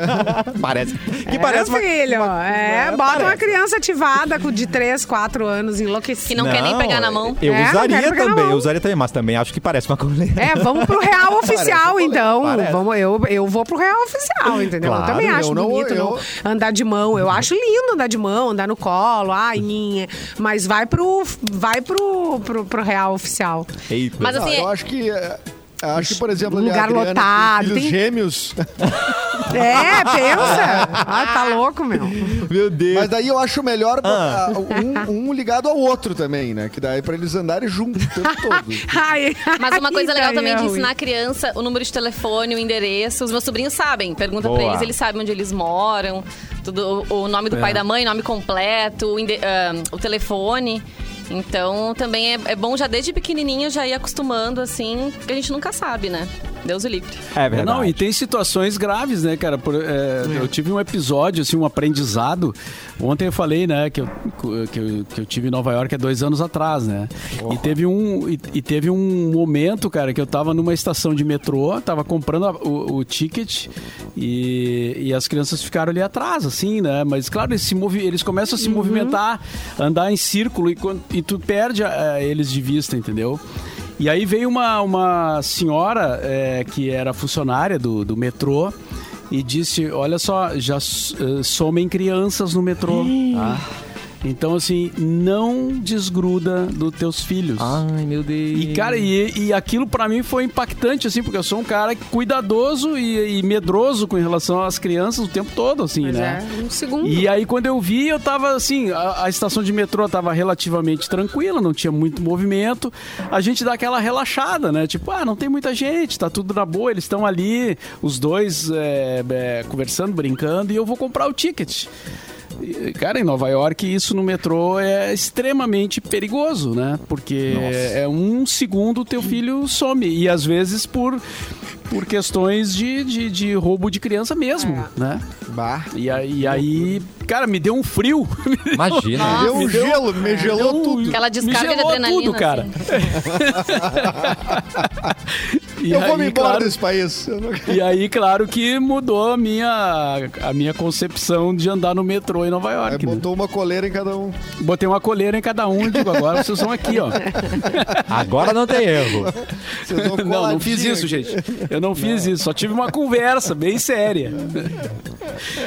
[SPEAKER 1] (laughs) Parece. Que
[SPEAKER 2] é,
[SPEAKER 1] parece uma-
[SPEAKER 2] filho. é,
[SPEAKER 1] É,
[SPEAKER 2] bota uma
[SPEAKER 1] parece.
[SPEAKER 2] criança ativada com- de 3, 4 anos enlouquecida.
[SPEAKER 4] Que não, quer nem pegar na mão.
[SPEAKER 1] Eu
[SPEAKER 2] É, não
[SPEAKER 1] usaria
[SPEAKER 2] quero pegar na
[SPEAKER 1] também,
[SPEAKER 2] mão.
[SPEAKER 1] eu usaria também, mas também acho que parece uma coleira.
[SPEAKER 2] É, vamos pro real oficial, então.
[SPEAKER 1] parece.
[SPEAKER 2] Vamos, eu, eu vou pro real oficial, entendeu?
[SPEAKER 1] Claro,
[SPEAKER 2] eu também acho
[SPEAKER 5] eu não-
[SPEAKER 2] bonito
[SPEAKER 5] eu-
[SPEAKER 2] não andar de mão. Eu acho lindo andar de mão, andar no colo, ai, minha. Mas vai pro. Vai pro, pro, pro real oficial.
[SPEAKER 1] (laughs) Eita.
[SPEAKER 4] Mas
[SPEAKER 5] ah,
[SPEAKER 4] assim,
[SPEAKER 5] eu acho que... é, Acho que, por exemplo,
[SPEAKER 2] Um
[SPEAKER 5] ali
[SPEAKER 2] lugar
[SPEAKER 5] a Adriana tem
[SPEAKER 2] lotado,
[SPEAKER 5] filhos
[SPEAKER 2] tem-
[SPEAKER 5] gêmeos.
[SPEAKER 2] É, pensa. Ai, tá louco, meu.
[SPEAKER 1] Meu Deus.
[SPEAKER 5] Mas daí eu acho melhor botar um, um ligado ao outro também, né? Que daí pra eles andarem juntos o tempo todo.
[SPEAKER 2] (laughs) Ai, (laughs)
[SPEAKER 4] Mas uma coisa
[SPEAKER 2] ai,
[SPEAKER 4] legal
[SPEAKER 2] daí
[SPEAKER 4] também né?
[SPEAKER 2] é
[SPEAKER 4] de
[SPEAKER 2] ruim.
[SPEAKER 4] ensinar a criança o número de telefone, o endereço. Os meus sobrinhos sabem. Pergunta pra
[SPEAKER 1] Boa.
[SPEAKER 4] eles, eles sabem onde eles moram, tudo, o o nome do pai e da mãe, nome completo, o, ende- ahn, o telefone. Então também é, é bom já desde pequenininho já ir acostumando, assim, que a gente nunca sabe, né? Deus o livre.
[SPEAKER 1] É verdade.
[SPEAKER 3] Não, e tem situações graves, né, cara? Por, é, Eu tive um episódio, assim, um aprendizado. Ontem eu falei, né, que eu, que eu, que eu tive em Nova York há dois anos atrás, né? E teve, um, e, e teve um momento, cara, que eu tava numa estação de metrô, tava comprando a- o, o ticket e, e as crianças ficaram ali atrás, assim, né? Mas, claro, eles, se movi eles começam a se movimentar, andar em círculo e, quando- e tu perde eh, eles de vista, entendeu? E aí veio uma, uma senhora é, que era funcionária do, do metrô e disse: Olha só, já s- eh, somem crianças no metrô. tá? Então, assim, não desgruda dos teus filhos.
[SPEAKER 1] Ai, meu Deus.
[SPEAKER 3] E, cara, e, e aquilo pra mim foi impactante, assim, porque eu sou um cara cuidadoso e, e medroso com relação às crianças o tempo todo, assim,
[SPEAKER 2] Pois
[SPEAKER 3] né?
[SPEAKER 2] é, um segundo.
[SPEAKER 3] E aí, quando eu vi, eu tava assim, a, a estação de metrô tava relativamente tranquila, não tinha muito movimento. A gente dá aquela relaxada, né? Tipo, ah, não tem muita gente, tá tudo na boa, eles estão ali, os dois é, é, conversando, brincando, e eu vou comprar o ticket. E, Cara, em Nova York, isso no metrô é extremamente perigoso, né? Porque é um segundo teu filho some. E às vezes por, por questões de, de, de roubo de criança mesmo, né?
[SPEAKER 5] Bah.
[SPEAKER 3] E aí, e aí, cara, me deu um frio. (laughs)
[SPEAKER 1] Imagina.
[SPEAKER 5] Deu um gelo, me gelou tudo.
[SPEAKER 4] Aquela descarga
[SPEAKER 3] me gelou
[SPEAKER 4] de adrenalina, assim.
[SPEAKER 3] tudo,
[SPEAKER 5] (laughs)
[SPEAKER 3] cara. E
[SPEAKER 5] Eu vou me
[SPEAKER 3] aí,
[SPEAKER 5] embora
[SPEAKER 3] claro,
[SPEAKER 5] desse país. Eu não-
[SPEAKER 3] e aí, claro que mudou a minha, a minha concepção de andar no metrô em Nova
[SPEAKER 5] Aí
[SPEAKER 3] York. né?
[SPEAKER 5] É, botou uma coleira em cada um.
[SPEAKER 3] Botei uma coleira em cada um e digo, agora vocês são aqui,
[SPEAKER 4] (laughs)
[SPEAKER 3] ó.
[SPEAKER 1] Agora não tem erro.
[SPEAKER 5] Vocês vão
[SPEAKER 3] (laughs) Não, não
[SPEAKER 5] coladinho
[SPEAKER 3] fiz isso,
[SPEAKER 5] aqui. né?
[SPEAKER 3] gente. Eu não fiz isso, só tive uma conversa bem séria.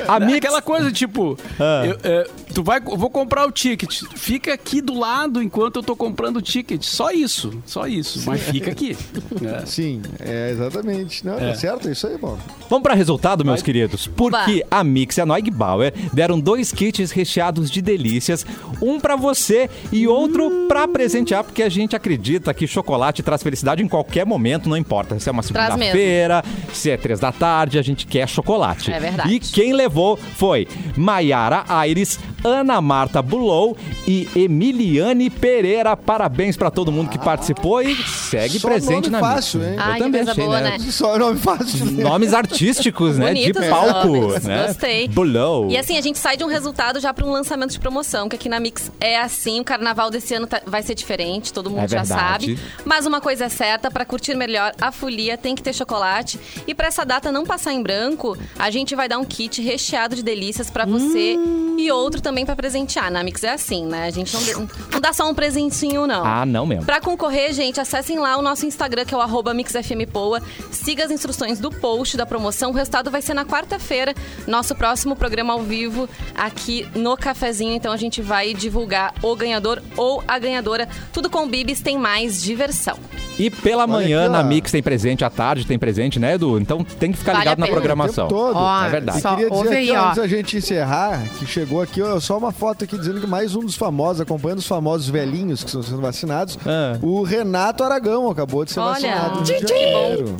[SPEAKER 1] A
[SPEAKER 3] Mix...
[SPEAKER 1] Mix,
[SPEAKER 3] Aquela coisa, tipo,
[SPEAKER 1] Ah.
[SPEAKER 3] eu, é, tu vai, eu vou comprar o ticket, fica aqui do lado enquanto eu tô comprando o ticket. Só isso, só isso. Mas fica aqui. É.
[SPEAKER 5] Sim, é exatamente. Não, tá certo, é isso aí, bom.
[SPEAKER 1] Vamos para resultado, meus queridos. Porque
[SPEAKER 4] Vai.
[SPEAKER 1] a Mix e a Noig Bauer deram dois kits recheados de delícias, um para você e outro para presentear, porque a gente acredita que chocolate traz felicidade em qualquer momento, não importa se é uma
[SPEAKER 4] Traz mesmo.
[SPEAKER 1] segunda-feira, se é três da tarde, a gente quer chocolate.
[SPEAKER 4] É verdade.
[SPEAKER 1] E quem levou foi Maiara Aires, Ana Marta Bulow e Emiliane Pereira. Parabéns para todo mundo que participou e segue
[SPEAKER 5] Ah. Só
[SPEAKER 1] presente
[SPEAKER 5] nome
[SPEAKER 1] na
[SPEAKER 5] fácil,
[SPEAKER 1] Mix.
[SPEAKER 5] hein?
[SPEAKER 1] Eu
[SPEAKER 4] Ai, que
[SPEAKER 1] também
[SPEAKER 4] coisa
[SPEAKER 1] achei,
[SPEAKER 4] boa, né?
[SPEAKER 5] Só nome fácil. né?
[SPEAKER 1] Nomes artísticos, né? De
[SPEAKER 4] Bonitos os
[SPEAKER 1] palco.
[SPEAKER 4] nomes,
[SPEAKER 1] Né?
[SPEAKER 4] gostei.
[SPEAKER 1] Below.
[SPEAKER 4] E assim, a gente sai de um resultado já para um lançamento de promoção, que aqui na Mix é assim, o carnaval desse ano tá- vai ser diferente, todo mundo
[SPEAKER 1] É
[SPEAKER 4] já
[SPEAKER 1] verdade.
[SPEAKER 4] sabe. Mas uma coisa é certa, para curtir melhor a folia tem que ter chocolate. E para essa data não passar em branco, a gente vai dar um kit recheado de delícias para você
[SPEAKER 1] Hum.
[SPEAKER 4] e outro também para presentear. Na Mix é assim, né? A gente não, não dá só um presentinho não.
[SPEAKER 1] Ah, não mesmo.
[SPEAKER 4] Pra concorrer, gente, acessem lá o nosso Instagram, que é o arroba MixFMPoa. Siga as instruções do post da promoção. O resultado vai ser na quarta-feira, nosso próximo programa ao vivo aqui no Cafezinho. Então a gente vai divulgar o ganhador ou a ganhadora. Tudo com o Bibis tem mais diversão.
[SPEAKER 1] E pela manhã
[SPEAKER 5] aqui, ó.
[SPEAKER 1] na Mix tem presente, à tarde tem presente, né, Edu? Então tem que ficar
[SPEAKER 4] Vale
[SPEAKER 1] ligado
[SPEAKER 4] a
[SPEAKER 1] na
[SPEAKER 4] pena.
[SPEAKER 1] programação.
[SPEAKER 5] O tempo todo.
[SPEAKER 2] Ó,
[SPEAKER 1] é verdade.
[SPEAKER 2] Só
[SPEAKER 5] Eu queria dizer
[SPEAKER 2] ouve
[SPEAKER 5] aqui,
[SPEAKER 2] aí,
[SPEAKER 5] ó,
[SPEAKER 2] ó.
[SPEAKER 5] antes da gente encerrar, que chegou aqui, ó, só uma foto aqui dizendo que mais um dos famosos, acompanhando os famosos velhinhos que estão sendo vacinados,
[SPEAKER 1] Ah.
[SPEAKER 5] o Renato Aragão acabou de ser
[SPEAKER 4] Olha.
[SPEAKER 5] vacinado. no
[SPEAKER 4] Tchim,
[SPEAKER 5] Rio de Janeiro.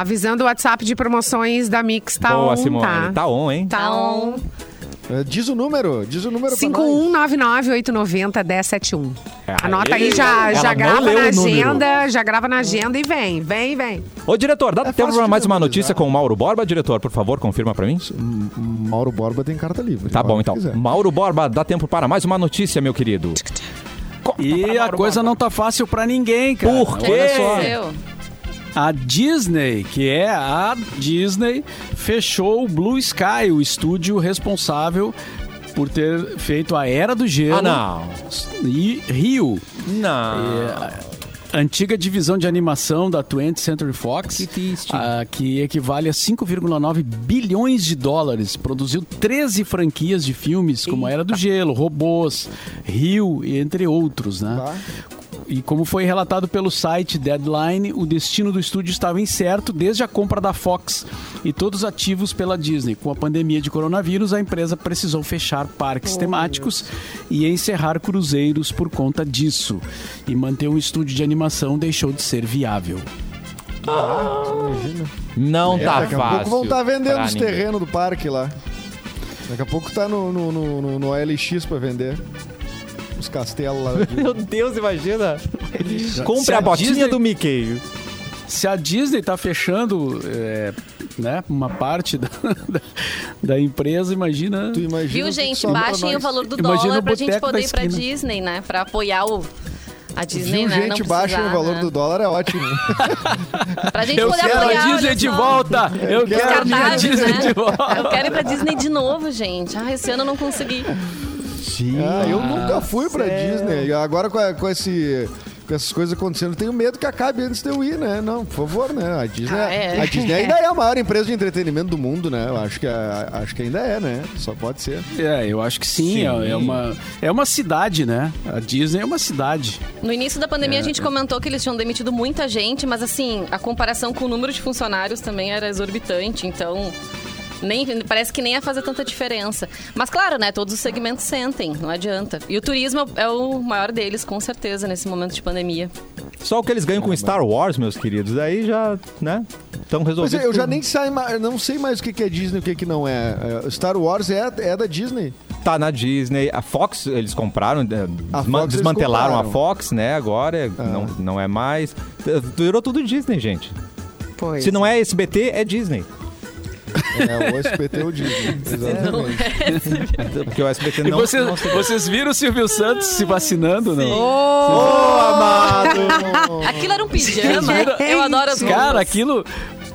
[SPEAKER 2] Avisando o WhatsApp de promoções da Mix, tá
[SPEAKER 1] Boa,
[SPEAKER 2] on,
[SPEAKER 1] Simone.
[SPEAKER 2] tá?
[SPEAKER 1] Tá on, hein?
[SPEAKER 2] Tá on.
[SPEAKER 5] Eh, Diz o número, diz o número pra nós.
[SPEAKER 2] 51998901071.
[SPEAKER 1] É, Aí.
[SPEAKER 2] Anota aí, já,
[SPEAKER 1] Ela
[SPEAKER 2] já
[SPEAKER 1] não
[SPEAKER 2] grava
[SPEAKER 1] leu
[SPEAKER 2] na
[SPEAKER 1] o número.
[SPEAKER 2] agenda, já grava na agenda e vem, vem, vem.
[SPEAKER 1] Ô, diretor, dá tempo
[SPEAKER 5] É fácil
[SPEAKER 1] pra
[SPEAKER 5] de né?
[SPEAKER 1] mais uma
[SPEAKER 5] memorizar.
[SPEAKER 1] notícia com o Mauro Borba, diretor, por favor, confirma pra mim.
[SPEAKER 5] Mauro Borba tem carta livre.
[SPEAKER 1] Tá
[SPEAKER 5] Fala o
[SPEAKER 1] bom,
[SPEAKER 5] que
[SPEAKER 1] então.
[SPEAKER 5] quiser.
[SPEAKER 1] Mauro Borba, dá tempo para mais uma notícia, meu querido. Conta pra
[SPEAKER 3] E a
[SPEAKER 1] Mauro
[SPEAKER 3] coisa
[SPEAKER 1] Borba.
[SPEAKER 3] não tá fácil pra ninguém, cara.
[SPEAKER 1] Por
[SPEAKER 4] O que
[SPEAKER 1] quê?
[SPEAKER 3] Olha só.
[SPEAKER 4] aconteceu?
[SPEAKER 3] A Disney, que é a Disney, fechou o Blue Sky, o estúdio responsável por ter feito a Era do Gelo
[SPEAKER 4] tá
[SPEAKER 1] Ah, não.
[SPEAKER 3] e Rio,
[SPEAKER 1] Não.
[SPEAKER 5] É.
[SPEAKER 3] É, antiga divisão de animação da 20th Century Fox,
[SPEAKER 1] Que triste.
[SPEAKER 3] ah, que equivale a 5,9 bilhões de dólares. Produziu 13 franquias de filmes, como Era do Gelo, Robôs, Rio, entre outros, né? E como foi relatado pelo site Deadline, o destino do estúdio estava incerto desde a compra da Fox e todos ativos pela Disney. Com a pandemia de coronavírus, a empresa precisou fechar parques temáticos e encerrar cruzeiros por conta disso. E manter um estúdio de animação deixou de ser viável.
[SPEAKER 1] Não
[SPEAKER 5] É,
[SPEAKER 1] tá
[SPEAKER 5] daqui
[SPEAKER 1] fácil.
[SPEAKER 5] a pouco vão estar vendendo
[SPEAKER 1] pra
[SPEAKER 5] os
[SPEAKER 1] ninguém.
[SPEAKER 5] terrenos do parque lá. Daqui a pouco tá no, no, no, no- no OLX pra vender. Os
[SPEAKER 4] (laughs)
[SPEAKER 5] castelos lá. de-
[SPEAKER 1] Meu Deus, imagina.
[SPEAKER 3] Se
[SPEAKER 1] Compre
[SPEAKER 3] a
[SPEAKER 1] a botinha
[SPEAKER 3] Disney-
[SPEAKER 1] do Mickey.
[SPEAKER 3] Se a Disney está fechando é, né, uma parte da, da- da empresa, imagina.
[SPEAKER 5] Tu imagina
[SPEAKER 4] Viu,
[SPEAKER 5] o que
[SPEAKER 4] gente?
[SPEAKER 5] sobra pra
[SPEAKER 4] Baixem o
[SPEAKER 5] nós.
[SPEAKER 4] valor do
[SPEAKER 3] Imagina
[SPEAKER 4] dólar
[SPEAKER 3] o
[SPEAKER 4] pra gente
[SPEAKER 3] boteco
[SPEAKER 4] poder
[SPEAKER 3] da
[SPEAKER 4] ir pra
[SPEAKER 3] esquina.
[SPEAKER 4] Disney, né? Pra apoiar o... A Disney, né?
[SPEAKER 5] Viu,
[SPEAKER 4] Não
[SPEAKER 5] gente?
[SPEAKER 4] precisar,
[SPEAKER 5] Baixem o valor
[SPEAKER 4] né?
[SPEAKER 5] do dólar,
[SPEAKER 1] (laughs)
[SPEAKER 5] é ótimo.
[SPEAKER 4] Pra gente poder apoiar,
[SPEAKER 3] é
[SPEAKER 4] olha só.
[SPEAKER 3] Eu
[SPEAKER 5] quero
[SPEAKER 4] Os cartazes, né?
[SPEAKER 3] volta!
[SPEAKER 4] Eu quero ir pra Disney de novo, gente. Ah, esse ano eu não consegui.
[SPEAKER 5] Ah, eu nunca fui pra Disney. Agora com, a- com esse. Com essas coisas acontecendo, eu tenho medo que acabe antes de eu ir, né? Não, por favor, né? A Disney,
[SPEAKER 4] Ah, é.
[SPEAKER 5] a
[SPEAKER 4] (laughs)
[SPEAKER 5] Disney ainda é a maior empresa de entretenimento do mundo, né? Eu acho que, a- acho que ainda é, né? Só pode ser.
[SPEAKER 3] É, eu acho que sim. É, é uma, é uma cidade, né? A Disney é uma cidade.
[SPEAKER 4] No início da pandemia,
[SPEAKER 3] É.
[SPEAKER 4] a gente comentou que eles tinham demitido muita gente, mas assim, a comparação com o número de funcionários também era exorbitante, então. Nem, parece que nem ia fazer tanta diferença. Mas claro, né? Todos os segmentos sentem, não adianta. E o turismo é o- é o maior deles, com certeza, nesse momento de pandemia.
[SPEAKER 1] Só o que eles ganham
[SPEAKER 5] Ah,
[SPEAKER 1] com Star Wars, meus queridos. Aí já, né? Estão
[SPEAKER 5] Mas
[SPEAKER 1] resolvidos.
[SPEAKER 5] é, eu já
[SPEAKER 1] tudo.
[SPEAKER 5] nem sai, ma- não sei mais o que que é Disney e o que que não é. É, Star Wars é, é da Disney.
[SPEAKER 1] Tá na Disney. A Fox, eles compraram, eh,
[SPEAKER 5] A
[SPEAKER 1] desma-
[SPEAKER 5] Fox eles
[SPEAKER 1] desmantelaram
[SPEAKER 5] compraram. Ah.
[SPEAKER 1] a Fox, né? Agora é- não, não é mais. Eh, Virou tudo Disney, gente.
[SPEAKER 2] Pois.
[SPEAKER 1] Se não é SBT, é Disney.
[SPEAKER 5] É o SPT ou Disney. Exatamente.
[SPEAKER 1] Porque o SBT
[SPEAKER 3] E
[SPEAKER 1] não.
[SPEAKER 3] vocês, vocês viram o Silvio Santos se vacinando, né? é.
[SPEAKER 4] Aquilo era um pijama. Eu adoro as roupas.
[SPEAKER 3] Cara, aquilo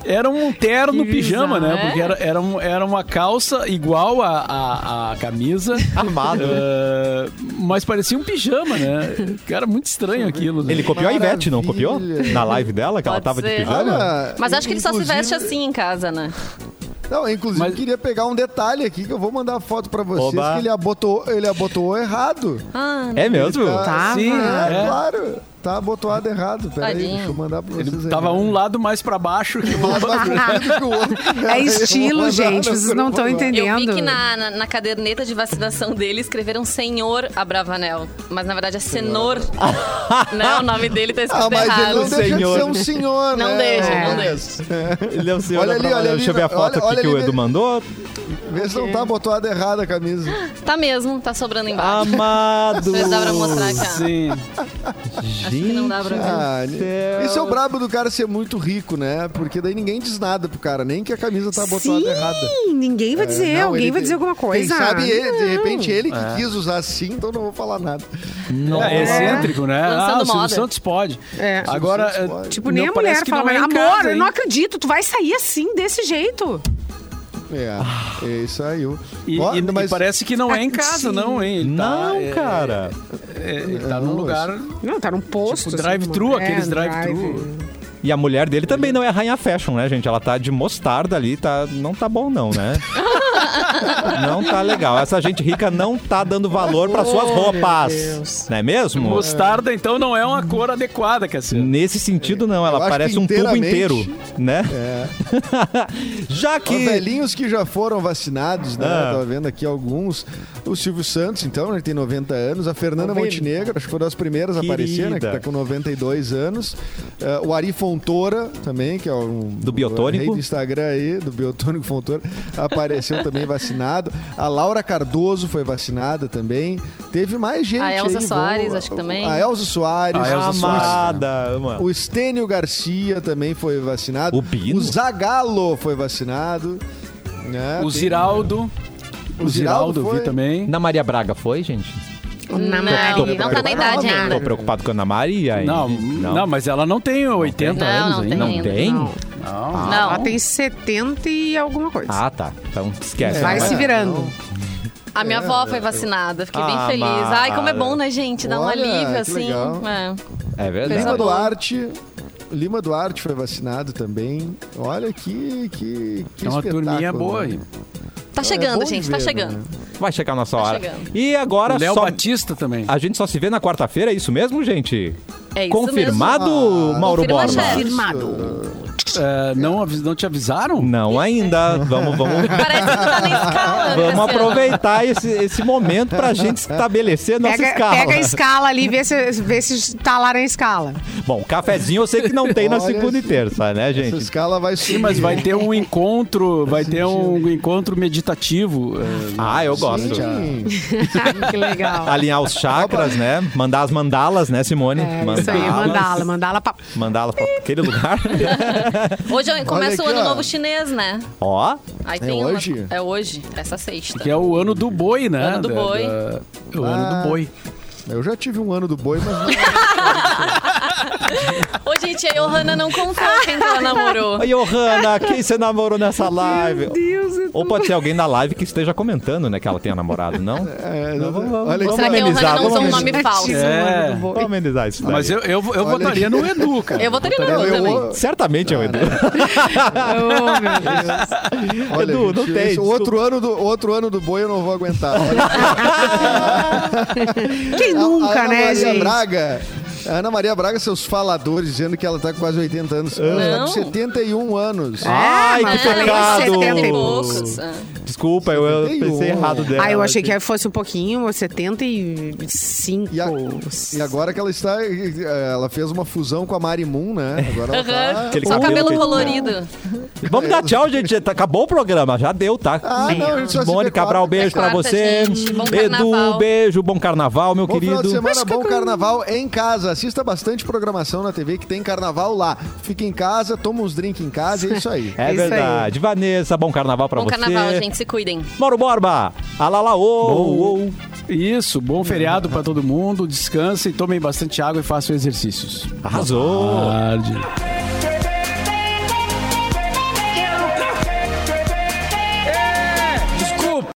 [SPEAKER 3] era um terno
[SPEAKER 2] Que
[SPEAKER 3] pijama,
[SPEAKER 4] bizarro,
[SPEAKER 3] né? Porque
[SPEAKER 4] é?
[SPEAKER 3] era, era, um- era uma calça igual à à- à camisa.
[SPEAKER 1] Armado.
[SPEAKER 3] Ah, mas parecia um pijama, né? Cara, muito estranho aquilo. Né?
[SPEAKER 1] Ele copiou a Ivete, não
[SPEAKER 5] Maravilha.
[SPEAKER 1] copiou? Na live dela, que ela
[SPEAKER 4] Pode
[SPEAKER 1] tava de
[SPEAKER 4] ser.
[SPEAKER 1] pijama?
[SPEAKER 5] Olha,
[SPEAKER 4] Mas acho que ele só se
[SPEAKER 5] inclusive-
[SPEAKER 4] veste assim em casa, né?
[SPEAKER 5] Não, inclusive
[SPEAKER 3] Mas-
[SPEAKER 5] queria pegar um detalhe aqui que eu vou mandar a foto pra vocês
[SPEAKER 1] Oba.
[SPEAKER 5] que ele abotoou, ele abotoou errado.
[SPEAKER 4] Ah,
[SPEAKER 1] É mesmo?
[SPEAKER 2] Tá,
[SPEAKER 3] Sim,
[SPEAKER 5] Ah,
[SPEAKER 3] é.
[SPEAKER 5] claro. Tá abotoado errado. Pera aí,
[SPEAKER 4] Tadinho.
[SPEAKER 5] deixa eu mandar pra vocês.
[SPEAKER 3] Ele
[SPEAKER 5] aí.
[SPEAKER 3] tava um lado mais pra baixo que o
[SPEAKER 5] Mais
[SPEAKER 3] outro.
[SPEAKER 5] comprido que o outro.
[SPEAKER 1] (laughs)
[SPEAKER 2] É estilo,
[SPEAKER 5] Eu vou mandar,
[SPEAKER 2] gente. Vocês não estão
[SPEAKER 5] eu vou mandar.
[SPEAKER 2] entendendo.
[SPEAKER 4] Eu vi que na, na, na caderneta de vacinação dele escreveram Senhor Abravanel, mas na verdade é Senhor. não, o nome dele tá escrito
[SPEAKER 5] (laughs) (laughs) Ah, mas ele
[SPEAKER 4] errado.
[SPEAKER 5] não deixa de
[SPEAKER 1] senhor.
[SPEAKER 5] ser um senhor,
[SPEAKER 4] Não
[SPEAKER 5] né?
[SPEAKER 4] deixa,
[SPEAKER 2] não
[SPEAKER 5] deixa.
[SPEAKER 1] Ele é o senhor
[SPEAKER 5] Olha
[SPEAKER 1] da
[SPEAKER 5] ali,
[SPEAKER 1] Brava-
[SPEAKER 5] olha ali,
[SPEAKER 1] Deixa eu ver a
[SPEAKER 5] olha-
[SPEAKER 1] foto aqui
[SPEAKER 5] olha
[SPEAKER 1] que o
[SPEAKER 5] ali.
[SPEAKER 1] Edu
[SPEAKER 5] (laughs)
[SPEAKER 1] mandou.
[SPEAKER 5] Vê se não tá abotoada errada a camisa.
[SPEAKER 4] Tá mesmo, tá sobrando embaixo.
[SPEAKER 1] Amado.
[SPEAKER 4] Vocês dá pra mostrar aqui.
[SPEAKER 3] Sim.
[SPEAKER 4] ó. Acho que não dá pra ver.
[SPEAKER 5] Ah,
[SPEAKER 1] céu.
[SPEAKER 5] isso é o brabo do cara ser muito rico, né? Porque daí ninguém diz nada pro cara, nem que a camisa tá botada
[SPEAKER 2] Sim,
[SPEAKER 5] errada.
[SPEAKER 2] ninguém vai dizer,
[SPEAKER 5] É, não,
[SPEAKER 2] alguém
[SPEAKER 5] ele-
[SPEAKER 2] vai dizer alguma coisa.
[SPEAKER 5] Quem sabe ele, de repente ele que quis usar assim, então não vou falar nada.
[SPEAKER 3] É excêntrico, né?
[SPEAKER 4] Lançando
[SPEAKER 3] ah, o Silvio
[SPEAKER 4] moda.
[SPEAKER 3] Santos pode.
[SPEAKER 2] É.
[SPEAKER 3] Agora, eh,
[SPEAKER 5] Silvio Santos pode.
[SPEAKER 2] Tipo, nem
[SPEAKER 3] não,
[SPEAKER 2] a mulher
[SPEAKER 3] parece que
[SPEAKER 2] fala,
[SPEAKER 3] não é
[SPEAKER 2] mas
[SPEAKER 3] em
[SPEAKER 2] amor,
[SPEAKER 3] casa,
[SPEAKER 2] eu
[SPEAKER 3] hein?
[SPEAKER 2] não acredito, tu vai sair assim, desse jeito.
[SPEAKER 5] É, é isso aí.
[SPEAKER 3] Ah. E,
[SPEAKER 5] Ó,
[SPEAKER 3] e- e parece que não é em casa,
[SPEAKER 2] Sim.
[SPEAKER 3] não, hein? Ele tá,
[SPEAKER 1] Não,
[SPEAKER 3] é,
[SPEAKER 1] cara.
[SPEAKER 3] é, ele tá
[SPEAKER 5] Não,
[SPEAKER 3] num lugar.
[SPEAKER 2] Não, tá num posto.
[SPEAKER 3] Tipo,
[SPEAKER 2] assim,
[SPEAKER 3] drive-thru,
[SPEAKER 2] numa-
[SPEAKER 3] aqueles
[SPEAKER 2] um
[SPEAKER 3] drive-thru.
[SPEAKER 2] drive.
[SPEAKER 1] E a mulher dele também não é rainha fashion, né, gente? Ela tá de mostarda ali, tá... não tá bom não,
[SPEAKER 2] (laughs)
[SPEAKER 1] né? não tá legal. Essa gente rica não tá dando valor para suas roupas. Não é mesmo?
[SPEAKER 3] Mostarda, então, não é uma cor adequada, Cassiano.
[SPEAKER 1] Nesse sentido, não.
[SPEAKER 5] Eu
[SPEAKER 1] Ela
[SPEAKER 5] acho
[SPEAKER 1] parece
[SPEAKER 5] que
[SPEAKER 1] um tubo inteiro,
[SPEAKER 5] inteiramente- é.
[SPEAKER 1] né? (laughs) Já
[SPEAKER 5] Os
[SPEAKER 1] que...
[SPEAKER 5] velhinhos que já foram vacinados, né?
[SPEAKER 1] Ah.
[SPEAKER 5] Tava vendo aqui alguns. O Silvio Santos, então, ele tem 90 anos. A Fernanda Montenegro, acho que foi das primeiras a aparecer, né? Que
[SPEAKER 1] Querida.
[SPEAKER 5] tá com 92 anos. Eh, o Ari Fontoura também, que é um...
[SPEAKER 1] Do Biotônico.
[SPEAKER 5] rei do Instagram aí, do Biotônico Fontoura.
[SPEAKER 1] (laughs)
[SPEAKER 5] Apareceu também vacinado. A Laura Cardoso foi vacinada também. Teve mais gente
[SPEAKER 4] A Elza
[SPEAKER 5] aí,
[SPEAKER 4] Soares,
[SPEAKER 5] vamos-
[SPEAKER 4] acho que também.
[SPEAKER 5] A Elza Soares.
[SPEAKER 3] A Elza
[SPEAKER 1] Amada, mano.
[SPEAKER 5] né? O Estênio Garcia também foi vacinado.
[SPEAKER 1] O Bino?
[SPEAKER 5] O Zagalo foi vacinado. né?
[SPEAKER 3] O
[SPEAKER 5] Tem-
[SPEAKER 3] Ziraldo.
[SPEAKER 5] O
[SPEAKER 3] O
[SPEAKER 5] Ziraldo
[SPEAKER 3] Ziraldo, eu
[SPEAKER 5] foi-
[SPEAKER 3] vi também.
[SPEAKER 1] Na Maria Braga foi, gente?
[SPEAKER 2] Na
[SPEAKER 1] tô-
[SPEAKER 4] Não, não tá na idade
[SPEAKER 1] Tô
[SPEAKER 4] ainda.
[SPEAKER 1] preocupado com a Ana Maria. hein?
[SPEAKER 3] Não, não, mas ela não tem 80
[SPEAKER 4] Não,
[SPEAKER 3] anos
[SPEAKER 4] não
[SPEAKER 3] ainda.
[SPEAKER 4] tem
[SPEAKER 1] Não
[SPEAKER 4] ainda.
[SPEAKER 1] tem?
[SPEAKER 2] Não. Ela
[SPEAKER 4] Não,
[SPEAKER 2] tem 70 e alguma coisa.
[SPEAKER 1] Ah, tá. Então esquece.
[SPEAKER 2] Vai se virando.
[SPEAKER 4] a minha avó foi vacinada, fiquei bem
[SPEAKER 1] Ah,
[SPEAKER 4] feliz.
[SPEAKER 1] Mara.
[SPEAKER 4] Ai, como é bom, né, gente? Dá um
[SPEAKER 5] Ah, Olha, que
[SPEAKER 4] alívio, assim.
[SPEAKER 5] legal.
[SPEAKER 4] É.
[SPEAKER 1] É verdade.
[SPEAKER 4] Coisa
[SPEAKER 5] Lima
[SPEAKER 4] boa.
[SPEAKER 5] Duarte. Lima Duarte foi vacinado também. Olha que. que, que
[SPEAKER 3] É uma
[SPEAKER 5] espetáculo,
[SPEAKER 3] turminha boa
[SPEAKER 5] né?
[SPEAKER 3] aí.
[SPEAKER 4] Tá
[SPEAKER 5] É
[SPEAKER 4] chegando,
[SPEAKER 5] bom de
[SPEAKER 4] gente, tá
[SPEAKER 5] ver,
[SPEAKER 4] chegando.
[SPEAKER 5] né?
[SPEAKER 1] Vai chegar a
[SPEAKER 2] Tá
[SPEAKER 1] nossa hora.
[SPEAKER 4] chegando.
[SPEAKER 1] E
[SPEAKER 3] O
[SPEAKER 1] agora
[SPEAKER 3] Léo
[SPEAKER 1] só.
[SPEAKER 3] Batista também.
[SPEAKER 1] A gente só se vê na quarta-feira, é isso mesmo, gente?
[SPEAKER 4] É isso
[SPEAKER 1] Confirmado,
[SPEAKER 5] mesmo.
[SPEAKER 1] Mauro Borba?
[SPEAKER 4] Confirma, chefe.
[SPEAKER 2] Firmado.
[SPEAKER 3] É, não, avis- não te avisaram?
[SPEAKER 1] Não ainda. Vamos, vamos,
[SPEAKER 4] mesmo. (laughs) Parece que não tá nem escalando.
[SPEAKER 1] vamos
[SPEAKER 4] Cassiano.
[SPEAKER 1] aproveitar esse, esse momento pra gente estabelecer nossa
[SPEAKER 2] Pega,
[SPEAKER 1] escala.
[SPEAKER 2] pega a escala ali e vê se, vê se talaram a escala.
[SPEAKER 1] Bom, cafezinho eu sei que não tem na
[SPEAKER 5] Olha
[SPEAKER 1] segunda e
[SPEAKER 5] esse-
[SPEAKER 1] terça, né,
[SPEAKER 5] Essa
[SPEAKER 1] gente?
[SPEAKER 5] escala vai subir.
[SPEAKER 3] Sim, mas vai ter um encontro, vai ter um encontro meditativo. é,
[SPEAKER 1] Ah, eu gosto.
[SPEAKER 5] Sim.
[SPEAKER 2] que legal.
[SPEAKER 1] Alinhar os chakras, né? Mandar as mandalas, né, Simone?
[SPEAKER 2] É, isso aí, mandala, mandala pra...
[SPEAKER 1] Mandala pra aquele lugar.
[SPEAKER 2] (laughs)
[SPEAKER 4] Hoje eu- começa o
[SPEAKER 5] aqui,
[SPEAKER 4] ano
[SPEAKER 5] ó.
[SPEAKER 4] novo chinês, né?
[SPEAKER 1] Ó,
[SPEAKER 4] Aí tem uma-
[SPEAKER 5] hoje?
[SPEAKER 4] É hoje, essa sexta.
[SPEAKER 3] Que é o ano do boi, né?
[SPEAKER 4] Ano do boi.
[SPEAKER 3] o ano do boi.
[SPEAKER 5] Eu já tive um ano do boi, mas não
[SPEAKER 4] Ô, gente, a Johanna não contou quem que ela namorou.
[SPEAKER 1] Oi, Johanna, quem você namorou nessa live? Ou pode ser alguém da live que esteja comentando, né, que ela tenha namorado,
[SPEAKER 5] (laughs)
[SPEAKER 1] não?
[SPEAKER 5] É,
[SPEAKER 1] Não, vamos- vamos-
[SPEAKER 5] olha, né?
[SPEAKER 1] vamos
[SPEAKER 4] Será que a
[SPEAKER 1] amenizar,
[SPEAKER 4] Johanna não
[SPEAKER 1] vamos
[SPEAKER 4] usou um
[SPEAKER 1] amenizar.
[SPEAKER 4] nome falso?
[SPEAKER 2] tipo,
[SPEAKER 3] É.
[SPEAKER 1] Vamos amenizar isso daí.
[SPEAKER 3] Mas eu, eu, eu
[SPEAKER 5] Olha
[SPEAKER 3] votaria no Edu, cara.
[SPEAKER 4] Eu votaria no
[SPEAKER 5] eu,
[SPEAKER 4] é Edu também.
[SPEAKER 5] eu-
[SPEAKER 1] Certamente é o Edu.
[SPEAKER 5] olha,
[SPEAKER 1] Edu, não
[SPEAKER 5] gente,
[SPEAKER 1] tem,
[SPEAKER 5] esse
[SPEAKER 1] desculpa.
[SPEAKER 5] Outro ano, do, outro ano do boi eu não
[SPEAKER 1] (laughs)
[SPEAKER 5] vou aguentar.
[SPEAKER 2] Quem
[SPEAKER 5] A- a
[SPEAKER 2] nunca,
[SPEAKER 5] Ana
[SPEAKER 2] né,
[SPEAKER 5] Maria
[SPEAKER 2] gente?
[SPEAKER 5] Ah, Braga. A Ana Maria Braga, seus faladores, dizendo que ela tá com quase 80 anos. Ela tá com
[SPEAKER 4] Não.
[SPEAKER 5] 71 anos.
[SPEAKER 2] Ah,
[SPEAKER 5] Ah,
[SPEAKER 1] Ai,
[SPEAKER 2] mas
[SPEAKER 1] que
[SPEAKER 2] ela tem
[SPEAKER 1] pecado. tá.
[SPEAKER 2] 70 e
[SPEAKER 4] Ah, poucos. é.
[SPEAKER 1] Desculpa, eu, eu
[SPEAKER 5] 71.
[SPEAKER 1] pensei errado dela.
[SPEAKER 2] Ah, eu achei que fosse um pouquinho, 75.
[SPEAKER 5] E, a- e agora que ela está. Ela fez uma fusão com a Mari Moon, né? Agora ela tá-
[SPEAKER 1] Aquele
[SPEAKER 4] Só
[SPEAKER 1] cabelo
[SPEAKER 4] cabelo
[SPEAKER 1] que ele-
[SPEAKER 4] colorido.
[SPEAKER 1] Vamos dar tchau, gente. Já tá- Acabou o programa, já deu, tá?
[SPEAKER 5] Ah, não, a gente só
[SPEAKER 1] Simone
[SPEAKER 5] se vê quarta.
[SPEAKER 1] Cabral, beijo
[SPEAKER 4] É
[SPEAKER 1] pra
[SPEAKER 4] quarta,
[SPEAKER 1] você.
[SPEAKER 4] gente. Bom
[SPEAKER 1] Edu,
[SPEAKER 4] carnaval.
[SPEAKER 1] beijo, bom carnaval, meu
[SPEAKER 5] Bom final de
[SPEAKER 1] querido.
[SPEAKER 5] semana, bom carnaval em casa. Assista bastante programação na TV que tem carnaval lá. Fica em casa, toma uns drinks em casa, é isso aí.
[SPEAKER 1] É
[SPEAKER 2] É isso aí.
[SPEAKER 1] verdade. Vanessa, bom carnaval pra
[SPEAKER 4] Bom
[SPEAKER 1] você.
[SPEAKER 4] carnaval, gente. Se cuidem.
[SPEAKER 1] Mauro Borba, alalaô.
[SPEAKER 3] Isso, bom feriado
[SPEAKER 1] 啊
[SPEAKER 3] pra todo mundo, descansem, tomem bastante água e façam exercícios.
[SPEAKER 1] Arrasou.
[SPEAKER 3] Tarde.